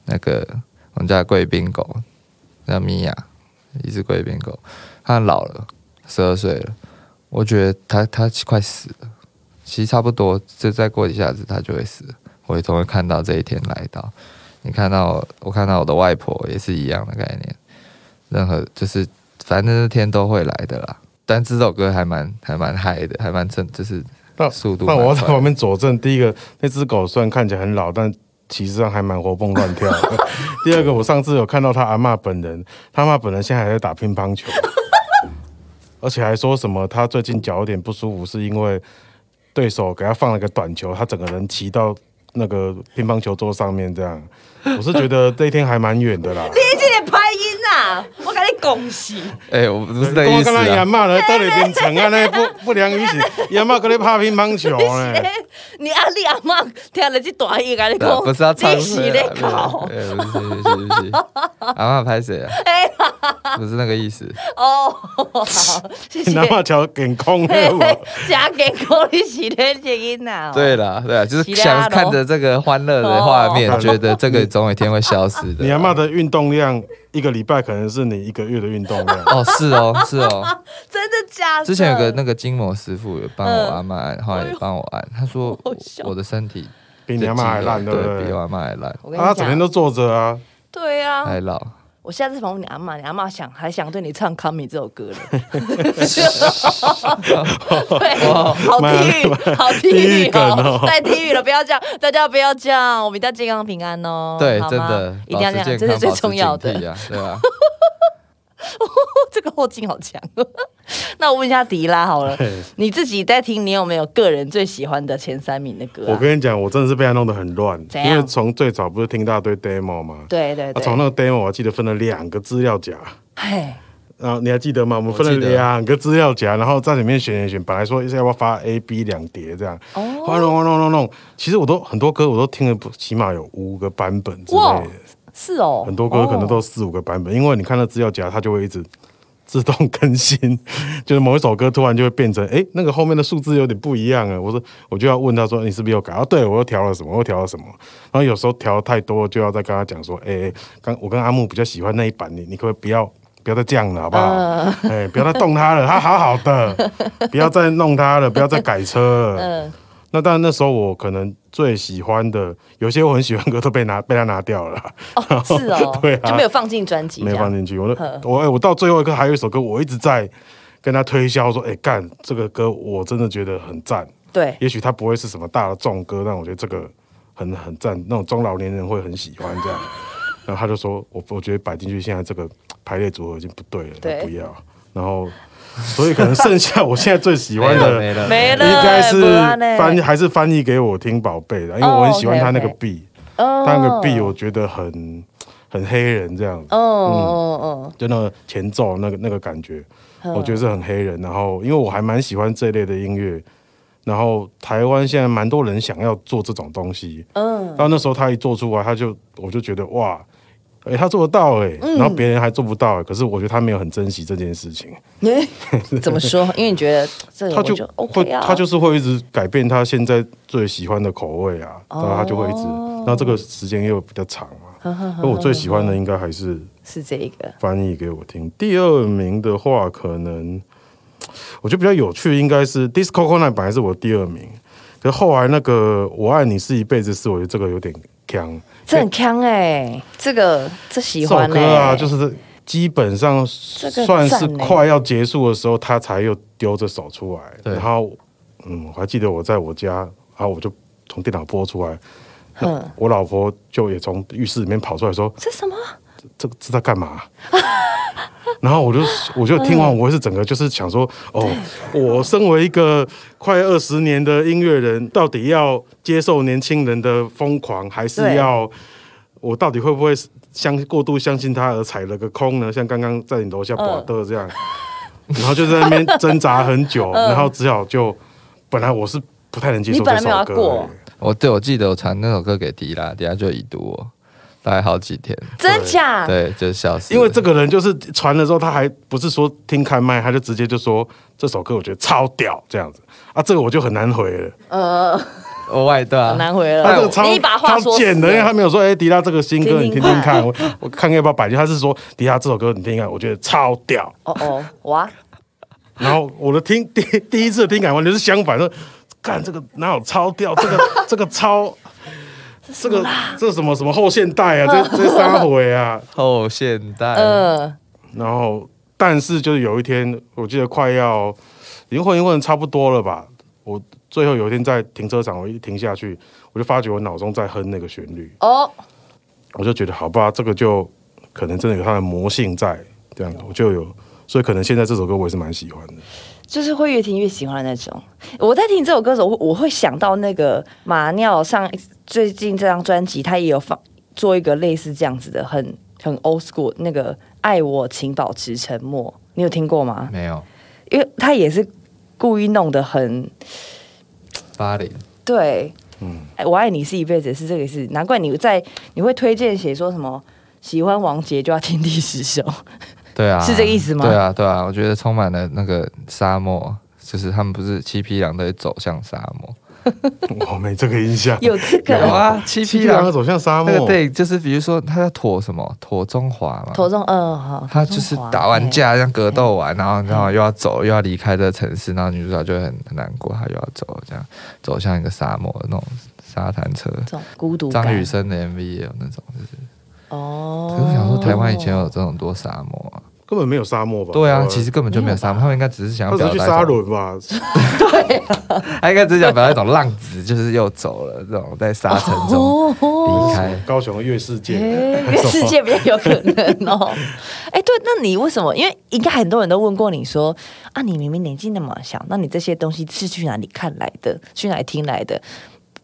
A: 那个我们家的贵宾狗，那米娅，一只贵宾狗，它老了，十二岁了，我觉得它它快死了，其实差不多，就再过一下子它就会死了，我也总会看到这一天来到。你看到我，我看到我的外婆也是一样的概念，任何就是反正那天都会来的啦。但这首歌还蛮还蛮嗨的，还蛮正，就是
B: 那
A: 速度
B: 那我要
A: 蛮
B: 在
A: 快的
B: 旁边佐证，第一个，那只狗虽然看起来很老，但其实上还蛮活蹦乱跳的。第二个，我上次有看到他阿嬷本人，他阿嬷本人现在还在打乒乓球，而且还说什么他最近脚有点不舒服，是因为对手给他放了个短球，他整个人骑到那个乒乓球桌上面这样。我是觉得这一天还蛮远的啦。
C: 你这个拍音啊，我跟你恭喜，
A: 哎、我不是那意
B: 我
A: 思
B: 刚刚
A: 啊
B: 阿。嬷呢，到底变成啊那不不良于行，阿嬷跟你拍乒乓球 呢。
C: 你阿你阿妈听了这段音，跟你
A: 对啊
C: 讲，
A: 不是要唱
C: 你是
A: 对
C: 在
A: 啊
C: 搞
A: 对啊不是不是不是， 阿妈拍谁啊？不是那个意思，
C: 哎哦，好 谢谢
B: 你。阿嬷桥健康
C: 嘿
B: 了
C: 嘿
B: 无？
C: 假给我你是在这音呐、哦，
A: 对啦对啊，就是
C: 其他
A: 想
C: 咯
A: 看着这个欢乐的画面
B: 哦，
A: 觉得这个总有一天会消失的。。
B: 你阿嬷的运动量一个礼拜可能是你一个月的运动量
A: 哦，是哦是哦，
C: 真的假的？嗯
A: 之前有个那个筋膜师傅有帮我阿妈按，后来也帮我按，他说
C: 好笑
A: 我的身体
B: 比你阿嬷还烂
A: 对
B: 对不对
A: 比我阿妈还烂
C: 我跟你
B: 啊，整天
C: 讲，
B: 都坐着啊，
C: 对啊，
A: 还老。
C: 我下次访问你阿妈，你阿妈想还想对你唱《康米》这首歌了，对，好地狱，好地狱哦，太地狱了！不要这样，大家不要这样，我们一定要健康平安哦，
A: 对，
C: 好吗
A: 真的
C: 一定要这
A: 保持
C: 样，这
A: 健
C: 是
A: 康
C: 最
A: 保持
C: 重要的
A: 警。惕啊，对啊。
C: 这个后劲好强。那我问一下迪拉好了
B: 嘿，
C: 你自己在听，你有没有个人最喜欢的前三名的歌、
B: 我
C: 啊？
B: 跟你讲，我真的是被他弄得很乱，
C: 怎样
B: 因为从最早不是听到一堆 demo 吗？
C: 对对
B: 啊，
C: 对
B: 从，那个 demo 我还记得分了两个资料夹。
C: 哎、
B: 啊，你还记得吗？我们分
A: 我记
B: 了
A: 得
B: 两个资料夹，然后在里面选选选，本来说要不要发 A、B 两碟这样，
C: 哦
B: 后来弄弄弄弄弄，其实我都很多歌我都听了不，起码有五个版本之类
C: 哇
B: 的。
C: 是哦，
B: 很多歌可能
C: 哦
B: 都四五个版本，因为你看那资料夹，它就会一直 自动更新， 就是某一首歌突然就会变成，哎、那个后面的数字有点不一样啊。我说，我就要问他说，你是不是又改？啊，对我又调了什么，我又调了什么。然后有时候调太多，就要再跟他讲说，哎、哎刚我跟阿木比较喜欢那一版，你你可不可以不要？不要再这样了，好不好？ 哎、不要再动它了，它好好的，不要再弄它了，不要再改车了。那当然，那时候我可能最喜欢的，有些我很喜欢的歌都被拿被他拿掉了啦。
C: 哦是哦，
B: 对啊
C: 就没有放进专辑，
B: 没
C: 这
B: 有放
C: 样。
B: 进去。我的我哎我到最后一刻还有一首歌，我一直在跟他推销说，哎、干这个歌我真的觉得很赞。
C: 对，
B: 也许它不会是什么大的重歌，但我觉得这个很很赞，那种中老年人会很喜欢这样。然后他就说，我我觉得摆进去现在这个排列组合已经不对了，
C: 对
B: 他不要。然后，所以可能剩下我现在最喜欢的
A: 没了
C: 没了，
B: 应该是
C: 不然呢
B: 翻还是翻译给我听宝贝的，因为我很喜欢他那个
C: OK，OK
B: B，
C: 哦
B: 他那个 B 我觉得很很黑人这样子
C: 哦，哦
B: 就那个前奏那个那个感觉，
C: 嗯
B: 我觉得是很黑人。然后因为我还蛮喜欢这类的音乐，然后台湾现在蛮多人想要做这种东西，嗯，然后那时候他一做出来，他就我就觉得哇。哎、他做得到哎、然后别人还做不到、哎可是我觉得他没有很珍惜这件事情，
C: 嗯， 你怎么说？因为你觉得这个
B: 他
C: 我
B: 就
C: 就
B: 会
C: OK 啊，
B: 他就是会一直改变他现在最喜欢的口味啊，然后他就会一直，
C: 哦
B: 然后这个时间又比较长
C: 嗯
B: 嘛，而我最喜欢的应该还是
C: 是这一个
B: 翻译给我听。第二名的话，可能我觉得比较有趣，应该是《Disco c o n i 本来是我第二名，可是后来那个《我爱你是一辈子》是我觉得这个有点强。
C: 这很强哎、这个这喜
B: 这首
C: 欢
B: 歌
C: 哎、
B: 啊，就是基本上
C: 这个
B: 算是
C: 赞欸
B: 快要结束的时候，他才又丢着手出来。
A: 对
B: 然后，嗯，我还记得我在我家，然后我就从电脑播出来，
C: 哼，
B: 我老婆就也从浴室里面跑出来说
C: 这什么？：“
B: 这个这在干嘛？”然后我就我就听完，我也是整个就是想说，哦，我身为一个快二十年的音乐人，到底要接受年轻人的疯狂，还是
C: 对
B: 要我到底会不会相过度相信他而踩了个空呢？像刚刚在你楼下跑的这样，然后就在那边挣扎很久，然后只好就本来我是不太能接受
C: 你本
B: 这
C: 来
B: 首
C: 没有要
B: 歌
C: 过
B: 的。
A: 我对我记得我传那首歌给迪拉，迪拉就已读我，大概好几天，
C: 真假？
A: 对，就笑死了。
B: 因为这个人就是传了之后，他还不是说听开麦，他就直接就说这首歌我觉得超屌这样子啊，这个我就很难回了。
C: 呃，
A: 我外对啊
C: 好，难回
B: 他这
C: 了
B: 个。超
C: 哎你一把话
B: 超
C: 说死
B: 简的，因为他
C: 了，
B: 没有说哎、迪拉这个新歌你
C: 听听
B: 听
C: 看
B: 听看，我我看要不要摆进去。他是说迪拉这首歌你听听看，我觉得超屌。
C: 哦哦，哇，
B: 然后我的听第第一次的听感完全是相反的，看这个哪有超屌，这个这个超。这个这什么什么后现代啊，这这三回啊，
A: 后现
B: 哎
A: 代，
C: 呃，
B: 然后，但是就是有一天，我记得快要呃灵魂灵魂差不多了吧，我最后有一天在停车场，我一停下去，我就发觉我脑中在哼那个旋律，
C: 哦，
B: 我就觉得好吧，这个就可能真的有它的魔性在，这样我就有，所以可能现在这首歌我也是蛮喜欢的。
C: 就是会越听越喜欢的那种。我在听这首歌的时候，我我会想到那个马尿上最近这张专辑，他也有放做一个类似这样子的，很很 old school 那个“爱我请保持沉默”，你有听过吗？
A: 没有
C: 因为他也是故意弄得
A: 嗯
C: 很
A: 八零，
C: 对，哎我爱你是一辈子，是这个意思。难怪你在你会推荐写说什么喜欢王杰就要听第十首，
A: 对啊，
C: 是这个意思吗
A: 对啊，对啊，我觉得充满了那个沙漠，就是他们不是七匹狼在走向沙漠，
B: 我没这个印象，
C: 有这 个
A: 有啊，七
B: 七
A: 匹
B: 郎
A: 狼
B: 走向沙
A: 那个
B: 漠，
A: 对，就是比如说他叫妥什么妥中华嘛，
C: 头嗯中嗯好，哎
A: 他就是打完架，像格斗完，然后然后又要走，又要离开这个城市，然后女主角就会很很难过，她又要走，这样走向一个沙漠那种沙滩车。
C: 这种孤独
A: 张雨
C: 感
A: 生的 MV 也有那种，就是，
C: 哦
A: 可是我想说台湾以前有这种多沙漠啊，
B: 根本没有沙漠吧？
A: 对啊，其实根本就没有沙漠，他们应该只是想
B: 他
A: 要
B: 只
A: 表
B: 是去
A: 达
B: 沙
A: 一种，
B: 伦吧，
A: 他应该只是想表达一种浪子，就是又走了这种在
C: 哦
A: 沙尘中离开。
B: 高雄的月世界，
C: 哎，哦因为世界比较有可能哦。 哎，对，那你为什么？因为应该很多人都问过你说啊，你明明年纪那么小，那你这些东西是去哪里看来的？去哪里听来的？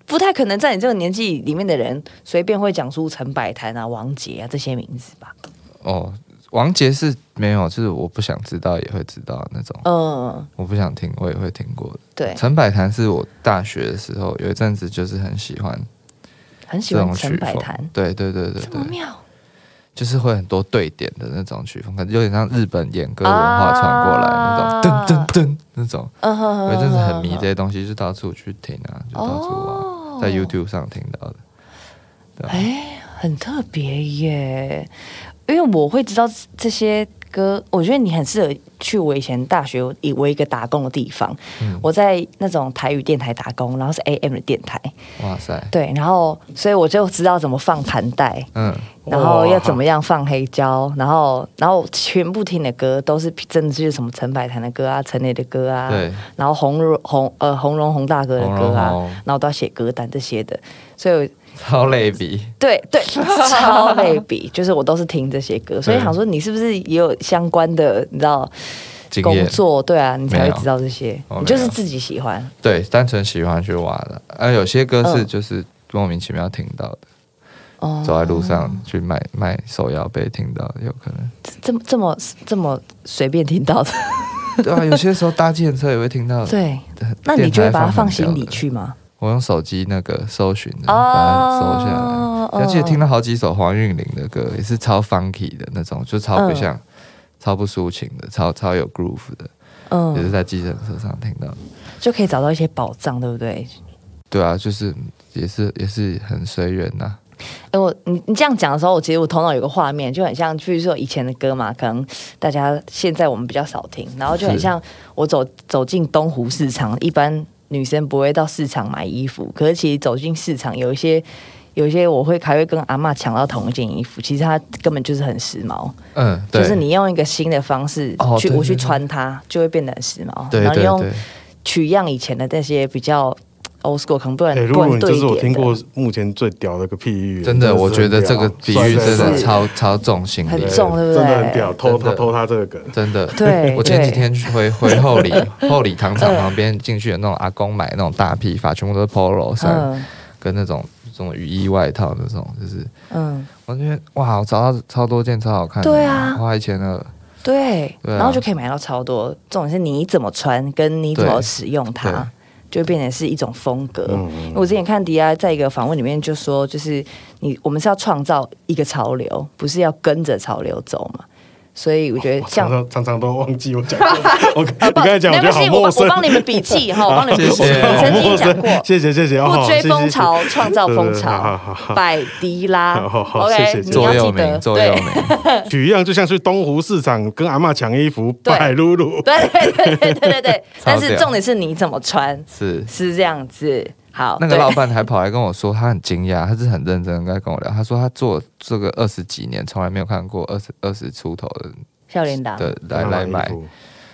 C: 不太可能在你这个年纪里面的人随便会讲出陈百潭啊、王杰啊这些名字吧？
A: 哦，王杰是没有，就是我不想知道也会知道的那种，
C: 嗯，
A: 我不想听我也会听过的。
C: 对，
A: 陈百潭是我大学的时候有一阵子就是很喜欢
C: 很喜
A: 这
C: 欢
A: 种曲
C: 陈百
A: 风
C: 潭，，
A: 对对对对
C: 这么
A: 对，
C: 妙
A: 就是会很多对点的那种曲风，可能有点像日本演歌文化传过来那种，
C: 啊
A: 噔噔噔那种。
C: 嗯哼哼
A: 我
C: 哼
A: 一
C: 哼
A: 阵子很迷这些东西，就到处去听啊，就到处
C: 哦
A: 玩，在 YouTube 上听到的。
C: 哎，很特别耶，因为我会知道这些歌，我觉得你很适合去我以前大学以为一个打工的地方，我在那种台语电台打工，然后是 AM 的电台，
A: 哇塞，
C: 对，然后所以我就知道怎么放盘带。
A: 嗯，
C: 然后要怎么样放黑胶，然后然后全部听的歌都是真的就是什么陈百潭的歌啊、陈磊的歌啊
A: 对，
C: 然后洪荣洪呃洪荣洪大哥的歌啊
A: 洪荣洪，
C: 然后都要写歌单这些的，所以我
A: 超类比，
C: 对 对，超类比，就是我都是听这些歌，所
A: 嗯
C: 以想说你是不是也有相关的，你知道
A: 经
C: 工
A: 验
C: 作？对啊，你才
A: 没
C: 会
A: 有
C: 知道这些
A: 我，没
C: 你就是
A: 有
C: 自己喜欢
A: 对，单纯喜欢去挖的。啊，有些歌是
C: 嗯
A: 就是莫名其妙听到的，
C: 哦，
A: 走在路上去卖卖手摇杯听到的，有可能。
C: 这么这么这么随便听 到的，
A: 对啊，有些时候搭计程车也会听到。
C: 对，
A: 电台
C: 那你就会把它放
A: 很
C: 心里
A: 屌的。
C: 去吗？
A: 我用手机那个搜寻的，
C: 哦
A: 把它搜下来，而且
C: 哦
A: 听到好几首黄韵玲的歌，也是超 funky 的那种，就超不
C: 嗯
A: 像、超不抒情的，超超有 groove 的，也是
C: 嗯，
A: 在计程车上听到的。
C: 就可以找到一些宝藏，对不对？
A: 对啊，就是也是也是很随缘呐、
C: 哎，我你你这样讲的时候，我其实我头脑有个画面，就很像，譬如说以前的歌嘛，可能大家现在我们比较少听，然后就很
A: 是
C: 像我走走进东湖市场，一般女生不会到市场买衣服，可是其实走进市场有一些。有些我会还会跟阿嬷抢到同一件衣服，其实它根本就是很时髦，
A: 嗯，对，
C: 就是你用一个新的方式
A: 哦
C: 去、
A: 对
C: 我去
A: 对对
C: 穿它，就会变得很时髦。
A: 对
C: 然后你
A: 对
C: 用
A: 对，
C: 取样以前的那些比较 old school，可能不然
B: 哎，
C: 不
B: 露露，
C: 然
B: 你
C: 对
B: 这
C: 一
B: 是我
C: 点
B: 听
C: 的
B: 过目前最屌的一个譬喻，
A: 真的，我觉得这个比喻真的
C: 是
A: 超超重心理
C: 很
A: 的，
C: 重对不
B: 真的
C: 对
B: 很屌，偷他偷他这个梗，
A: 真的。
C: 对
A: 我前几
C: 对嗯
A: 天去回回后 里后里糖厂旁边进去的那种阿公买那种大批发，全部都是 polo 衫
C: 嗯
A: 跟那种这种雨衣外套那种，就是
C: 嗯，
A: 我觉得哇，我找到超多件超好看的，
C: 对啊
A: 花一千二，
C: 对，
A: 对啊
C: 然后就可以买到超多。重点是你怎么穿，跟你怎么使用
A: 对
C: 它，就会变成是一种风格。
B: 嗯
C: 因为我之前看迪亚在一个访问里面就说，就是你我们是要创造一个潮流，不是要跟着潮流走嘛。所以我觉得
B: 我
C: 这样哦
B: 常，常常常都忘记我 讲过，哦我你刚才讲，我
C: 没
B: 觉得
C: 关
B: 好
C: 系，我
B: 陌
C: 帮
B: 生
C: 我，帮你们笔记哈，我帮你们笔记，
A: 谢谢
C: 曾经
B: 陌
C: 讲过
B: 生，。 谢谢谢谢，哦
C: 不追
B: 谢谢
C: 风潮，创造风
B: 对对对 好
C: 潮
B: 好好，
C: 百迪拉
B: 好好
C: ，OK，
B: 谢谢
C: 你要
A: 座
C: 记
A: 右
C: 得，
A: 铭，座右
C: 对
A: 铭，
B: 取样就像去东湖市场跟阿嬷抢衣服，
C: 对
B: 拜露露。
C: 对对对对对 对对，但是
A: 屌
C: 重点是你怎么穿，
A: 是。
C: 是这样子。好，
A: 那个
C: 哦对
A: 老板还跑来跟我说，他很惊讶，他是很认真地在跟我聊。他说他做这个二十几年，从来没有看过二十二十出头的
C: 笑脸党，
A: 的 来来
B: 买
A: 买
B: 衣。服，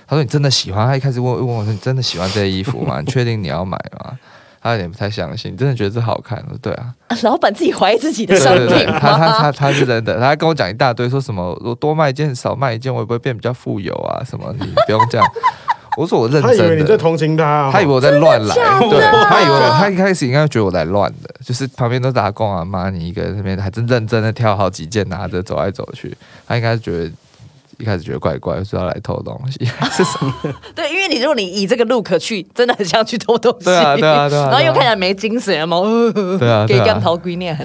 A: 他说你真的喜欢？他一开始问问我说你真的喜欢这些衣服 吗？你确定你要买吗？他有点不太相信，你真的觉得这好看？我说对啊，
C: 老板自己怀疑自己的
A: 对
C: 商
A: 对对，
C: 品
A: 他他他他是真的，他还跟我讲一大堆，说什么我多卖一件少卖一件，我也不会变比较富有啊什么，你不用这样。 我说我认
B: 他以为
A: 真
B: 你在
A: 的，
B: 同情他哦，
A: 他以为我在乱来，
C: 真的假的
A: 对他以为我他一开始应该觉得我在乱的，就是旁边都打工啊妈，你一个人那边还真认真的挑好几件拿着走来走去，他应该觉得一开始觉得怪怪，说要来偷东西， 是什么？
C: 对，因为你如果你以这个 look 去，真的很像去偷东西，
A: 对啊对啊对啊
C: 然后
A: 对啊
C: 又看起来没精神，然后呃
A: 对啊
C: 给
A: 对啊
C: 干头龟念很，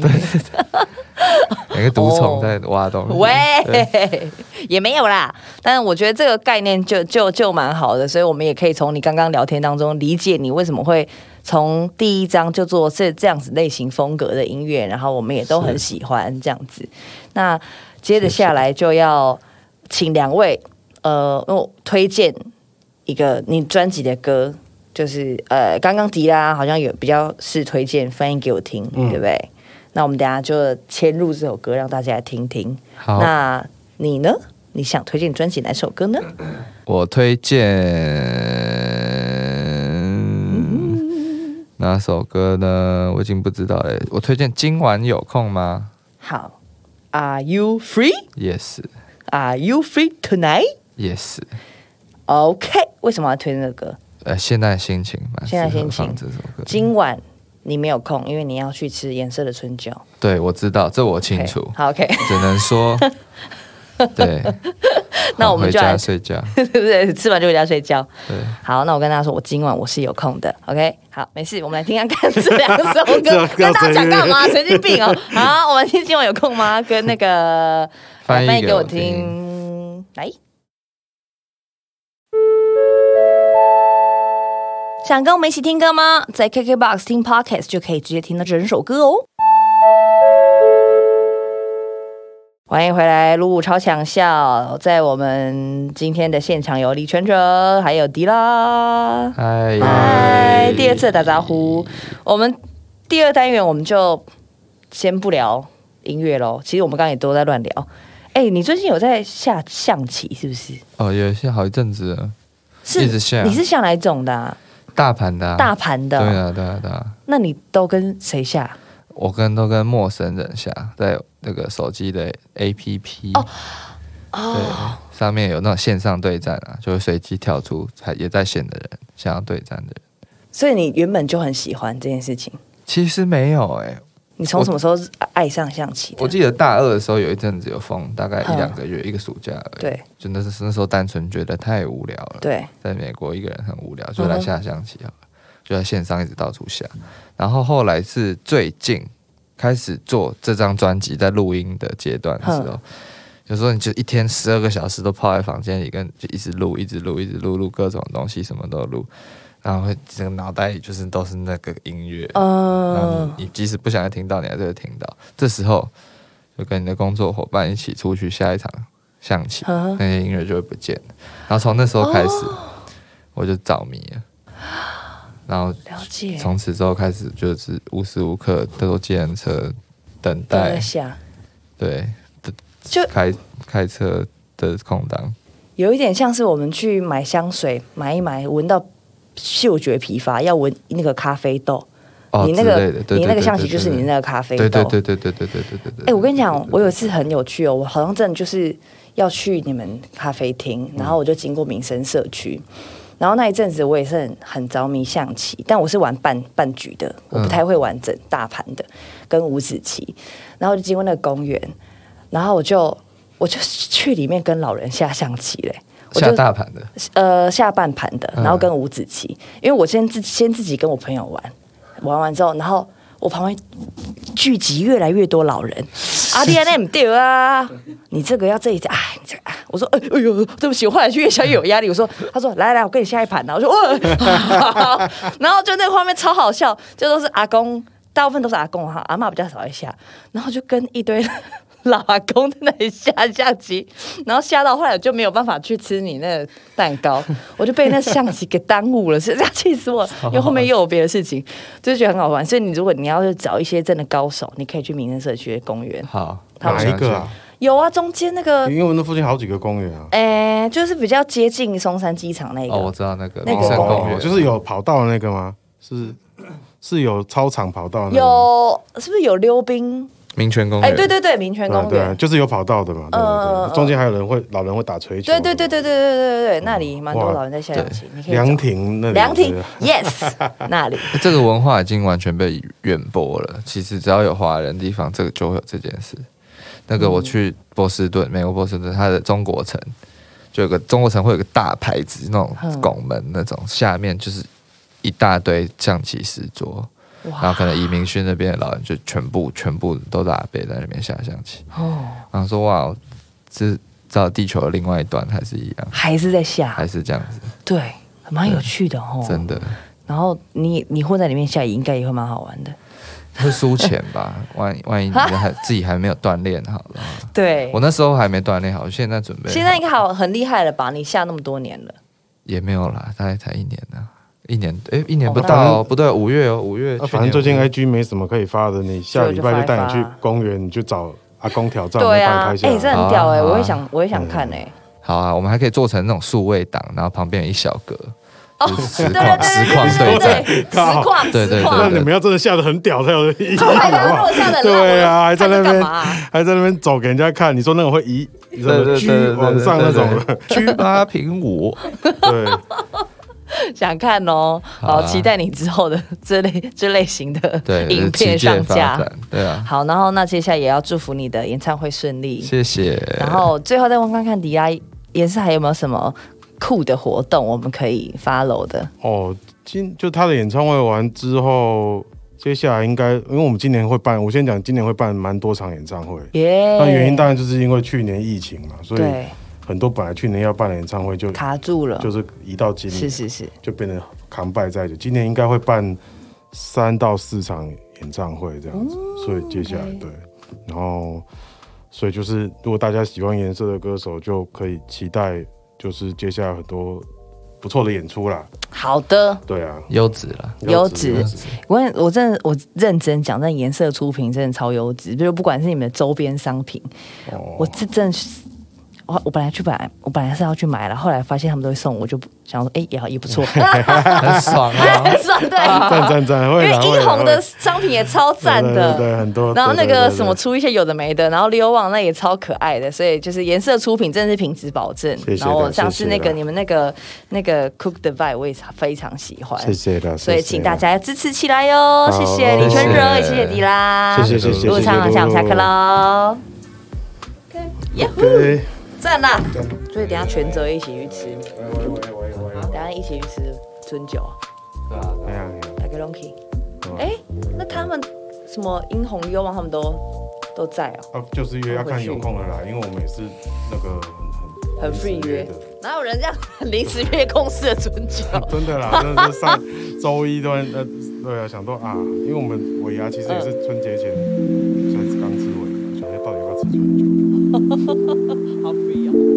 A: 两个毒虫在挖
C: 哦
A: 东西。嗯对，
C: 喂， 也没有啦。但是我觉得这个概念就就就蛮好的，所以我们也可以从你刚刚聊天当中理解你为什么会从第一章就做这这样子类型风格的音乐，然后我们也都很喜欢这样子。那接着下来就要请两位呃，我推荐一个你专辑的歌。就是呃，刚刚迪拉好像有比较是推荐翻译给我听，对不对？那我们等一下就切入这首歌，让大家来听听。
A: 好，
C: 那你呢？你想推荐专辑哪首歌呢？
A: 嗯我推荐哪首歌呢？我已经不知道了。我推荐今晚有空吗
C: 好，Are you free?
A: ？Yes。
C: Are you free tonight?
A: Yes，
C: OK，为什么要推荐这个歌？
A: 呃，现在心情蛮适
C: 现在
A: 合
C: 心情
A: 放这首歌。
C: 今晚你没有空，因为你要去吃颜色的春酒。
A: 对，我知道，这我
C: OK，
A: 清楚，
C: 好 OK，
A: 只能说，对。
C: 那我们
A: 回
C: 就来
A: 家睡觉。
C: 对对，吃完就回家睡觉。
A: 对，
C: 好，那我跟大家说，我今晚我是有空的。OK，好，没事，我们来听看看这两首
B: 这
C: 歌，跟
B: 要
C: 大家讲
B: 谁
C: 干嘛？神经病哦！好，我们听今晚有空吗？跟那个
A: 翻译
C: 呃
A: 给我
C: 听，来。想跟我们一起听歌吗？在 KKBOX 听 Podcast 就可以直接听到整首歌哦。欢迎回来，露露超强笑，在我们今天的现场有李全哲，还有迪拉。
A: 嗨，
C: 嗨，第二次打招呼。我们第二单元我们就先不聊音乐喽。其实我们刚刚也都在乱聊。哎、你最近有在下象棋是不是？
A: 哦，有一些好一阵子了，
C: 是
A: 一直下
C: 你是下哪一种的啊、
A: 大盘啊的啊，
C: 大盘的
A: 对
C: 哦、
A: 啊，对啊，对啊。
C: 那你都跟谁下？
A: 我跟都跟陌生人下，在那个手机的 APP
C: 哦
A: 对，上面有那种线上对战啊，就会随机跳出还也在线的人想要对战的人。
C: 所以你原本就很喜欢这件事情。
A: 其实没有哎、
C: 你从什么时候爱上象棋
A: 我
C: 的？
A: 记得大二的时候有一阵子有封，大概
C: 嗯
A: 一两个月，一个暑假而已。
C: 对，
A: 就那是那时候单纯觉得太无聊了。，
C: 对，
A: 在美国一个人很无聊，就来下象棋好了，就在线上一直到处下。然后后来是最近开始做这张专辑，在录音的阶段的时候，有时候你就一天十二个小时都泡在房间里，跟就一直录，一直录，一直录，录各种东西，什么都录。然后会整个脑袋里就是都是那个音乐，然后
C: 嗯，
A: 你你即使不想要听到，你还是会听到。这时候就跟你的工作伙伴一起出去下一场象棋，
C: 嗯
A: 那些音乐就会不见了。然后从那时候开始，我就着迷了。然后
C: 了解。
A: 从此之后开始，就是无时无刻都坐计程车等
C: 都在
A: 待，
C: 想，
A: 对，
C: 就
A: 开开车的空档，
C: 有一点像是我们去买香水，买一买，闻到嗅觉疲乏，要闻那个咖啡豆。
A: 哦
C: 你那
A: 之类
C: 个
A: 的对
C: 你那个
A: 对对
C: 象棋
A: 对
C: 就是
A: 对
C: 你那个咖啡豆。
A: 对对对对对对对对对对。
C: 哎、我跟你讲，我
A: 有
C: 有一次很有趣哦，我好像真的就是要去你们咖啡厅，然后我就经过民生社区，然后那一阵子我也是很很着迷象棋，但我是玩半半局的，我不太会玩整大盘的，跟五子棋，然后就经过那个公园，然后我就我就去里面跟老人下象棋嘞、我
A: 下
C: 就
A: 大盘的，
C: 呃下半盘的，
A: 嗯
C: 然后跟五子棋，因为我先自先自己跟我朋友玩，玩完之后，然后我旁边聚集越来越多老人，阿弟那唔对啊，你这个要这一家，哎，你这个哎我说哎哎呦，对不起，我后来就越想越有压力，我说 他说来来，我跟你下一盘啊，我说哦， 好然后就那个画面超好笑，就都是阿公，大部分都是阿公哈，阿妈比较少一下，然后就跟一堆。老阿公在那里下象棋，然后下到后来我就没有办法去吃你那个蛋糕，我就被那象棋给耽误了，是这样气死我了。因为后面又有别的事情，就是觉得很好玩。所以你如果你要是找一些真的高手，你可以去民生社区的公园。
A: 好，
B: 哪一个啊？
C: 有啊，中间那个
B: 因，为我那附近好几个公园啊。
C: 诶、就是比较接近松山机场那一个。
A: 哦，我知道那个
C: 那
A: 民
C: 个
A: 生
C: 公
A: 公园，
B: 哦就是有跑道的那个吗？是是有操场跑道的那个吗？
C: 有是不是有溜冰？
A: 民权公
C: 哎、
A: 园，
C: 对对对，民权
B: 对啊
C: 公
B: 对啊，
C: 园，
B: 就是有跑道的嘛。对对
C: 嗯嗯嗯
B: 对，中间还有人会老人会打锤球。
C: 对对对对对对对对对，那里蛮多
B: 哇
C: 老人在下象棋，你可以
B: 凉
C: 找
B: 亭那里。
C: 凉亭
B: 对
C: ，yes，那里
A: 欸这个文化已经完全被远播了。其实只要有华人地方，这个就会有这件事。那个
C: 嗯
A: 我去波士顿，美国波士顿，它的中国城就有个中国城会有个大牌子，那
C: 嗯
A: 种拱门那种，下面就是一大堆象棋石桌，然后
C: 哇
A: 可能移民区那边的老人就全部全部都打背在那边下象棋，
C: 哦，
A: 然后说哇，这到地球的另外一端还是一样，
C: 还是在下
A: 还，是这样子，
C: 对，蛮有趣的哦。
A: 真的
C: 然后你你混在里面下，应该也会蛮好玩的。
A: 会输钱吧？万一万一你还自己还没有锻炼好了。
C: 对
A: 我，那时候还没锻炼好，现在准备好
C: 现在应该好很厉害了吧？你下那么多年了，
A: 也没有啦，大概才一年呢、一年诶，一年
C: 哦
A: 不
B: 那
A: 到、哦，不对，五月哦，五月去
B: 啊
A: 年。
B: 反正最近 IG 没什么可以发的，你下礼拜就带你
C: 所以我就发一
B: 去
C: 发
B: 公园，你去找阿公挑战，
C: 对
B: 我
C: 啊，
B: 们帮
C: 哎，
B: 你开
C: 这
B: 一下。
C: 很屌哎，
A: 好啊
C: 我也想我也想看哎。
A: 好啊，我们还可以做成那种数位档，然后旁边有一小格，
C: 哦，
A: 就是
C: 对
A: 嗯实况
C: 对
A: 实况
C: 对
A: 对
C: 对
A: 战
C: 对，实
B: 靠
C: 况
A: 对对
C: 实
A: 对
C: 况哎
B: 那你们要真的下的很屌才有 意义，好
C: 还
B: 不
C: 能
B: 好
C: 落？下的，
B: 对啊，还
C: 那
B: 在
C: 我
B: 那
C: 干
B: 边
C: 嘛啊？
B: 还在那边走给人家看，你说那种会移什么居往上那种的，
A: 居八平五，
B: 对，
C: 想看哦，
A: 好
C: 好
A: 啊
C: 期待你之后的这类这类型的
A: 对，
C: 影
A: 旗
C: 片
A: 舰
C: 上
A: 发
C: 架。
A: 展，对啊，
C: 好，然后那接下来也要祝福你的演唱会顺利。
A: 谢谢。
C: 然后最后再问看看迪拉也是还有没有什么酷的活动我们可以 follow 的？
B: 哦，今就他的演唱会完之后，接下来应该，因为我们今年会办，我先讲今年会办蛮多场演唱会。
C: 耶、
B: 那啊原因当然就是因为去年疫情嘛，所以
C: 对
B: 很多本来去年要办的演唱会就
C: 卡住了，
B: 就是移到今
C: 是
B: 年，
C: 是是，
B: 就变得扛败在一起。今年应该会办三到四场演唱会这样子，所以接下来
C: 哦 OK
B: 对，然后所以就是如果大家喜欢颜色的歌手，就可以期待就是接下来很多不错的演出啦。
C: 好的。
B: 对啊，
A: 优质了，
C: 优质
B: 优
C: 我我真的我认真讲，但颜色出品真的超优质，就是不管是你们的周边商品，
B: 哦
C: 我是真的是，我我本来去买，我本来是要去买了，后来发现他们都会送，我就不想说，哎、也好也 不错，
A: 很爽啊！
C: 很爽对。
B: 赞赞赞， 会
C: 因为
B: 啦
C: 英红的
B: 会啦
C: 商品也超赞
B: 对对
C: 的，
B: 对对很多
C: 然后那
B: 哦对对
C: 个
B: 对对
C: 什么出一些有的没的，然后溜旺那也超可爱的，所以就是颜色出品真的是品质保证。
B: 谢谢啦
C: 然后上次那
B: 谢
C: 个
B: 谢啦
C: 你们那个那个 Cook the Vibe 我也非常喜欢，
B: 谢谢啦，
C: 所以
B: 谢谢
C: 请大
B: 啦
C: 家支持起来哟，
B: 好
C: 谢谢李春柔，也谢谢迪拉，
B: 谢谢谢谢，
C: 如果唱好，下午下课喽，耶呼，
B: 对。
C: 赞啦！所以等一下全责一起去吃，等一下一起去吃春酒，
B: 哎呀哎呀哦
C: 打个 l o n k y
B: 好
C: 哎、那他们什么英红、幽王他们都都在哦，
B: 啊，就是约要看有空的来，因为我们也是那个很
C: 很 free
B: 约
C: 约
B: 的，，
C: 哪有人这样 临时约公司的春酒？
B: 真的啦，真的是 上周一都呃对啊，想说啊，因为我们尾牙其实也是春节前才刚吃尾牙，想说到底要不要吃春酒。
C: 好 free 哦。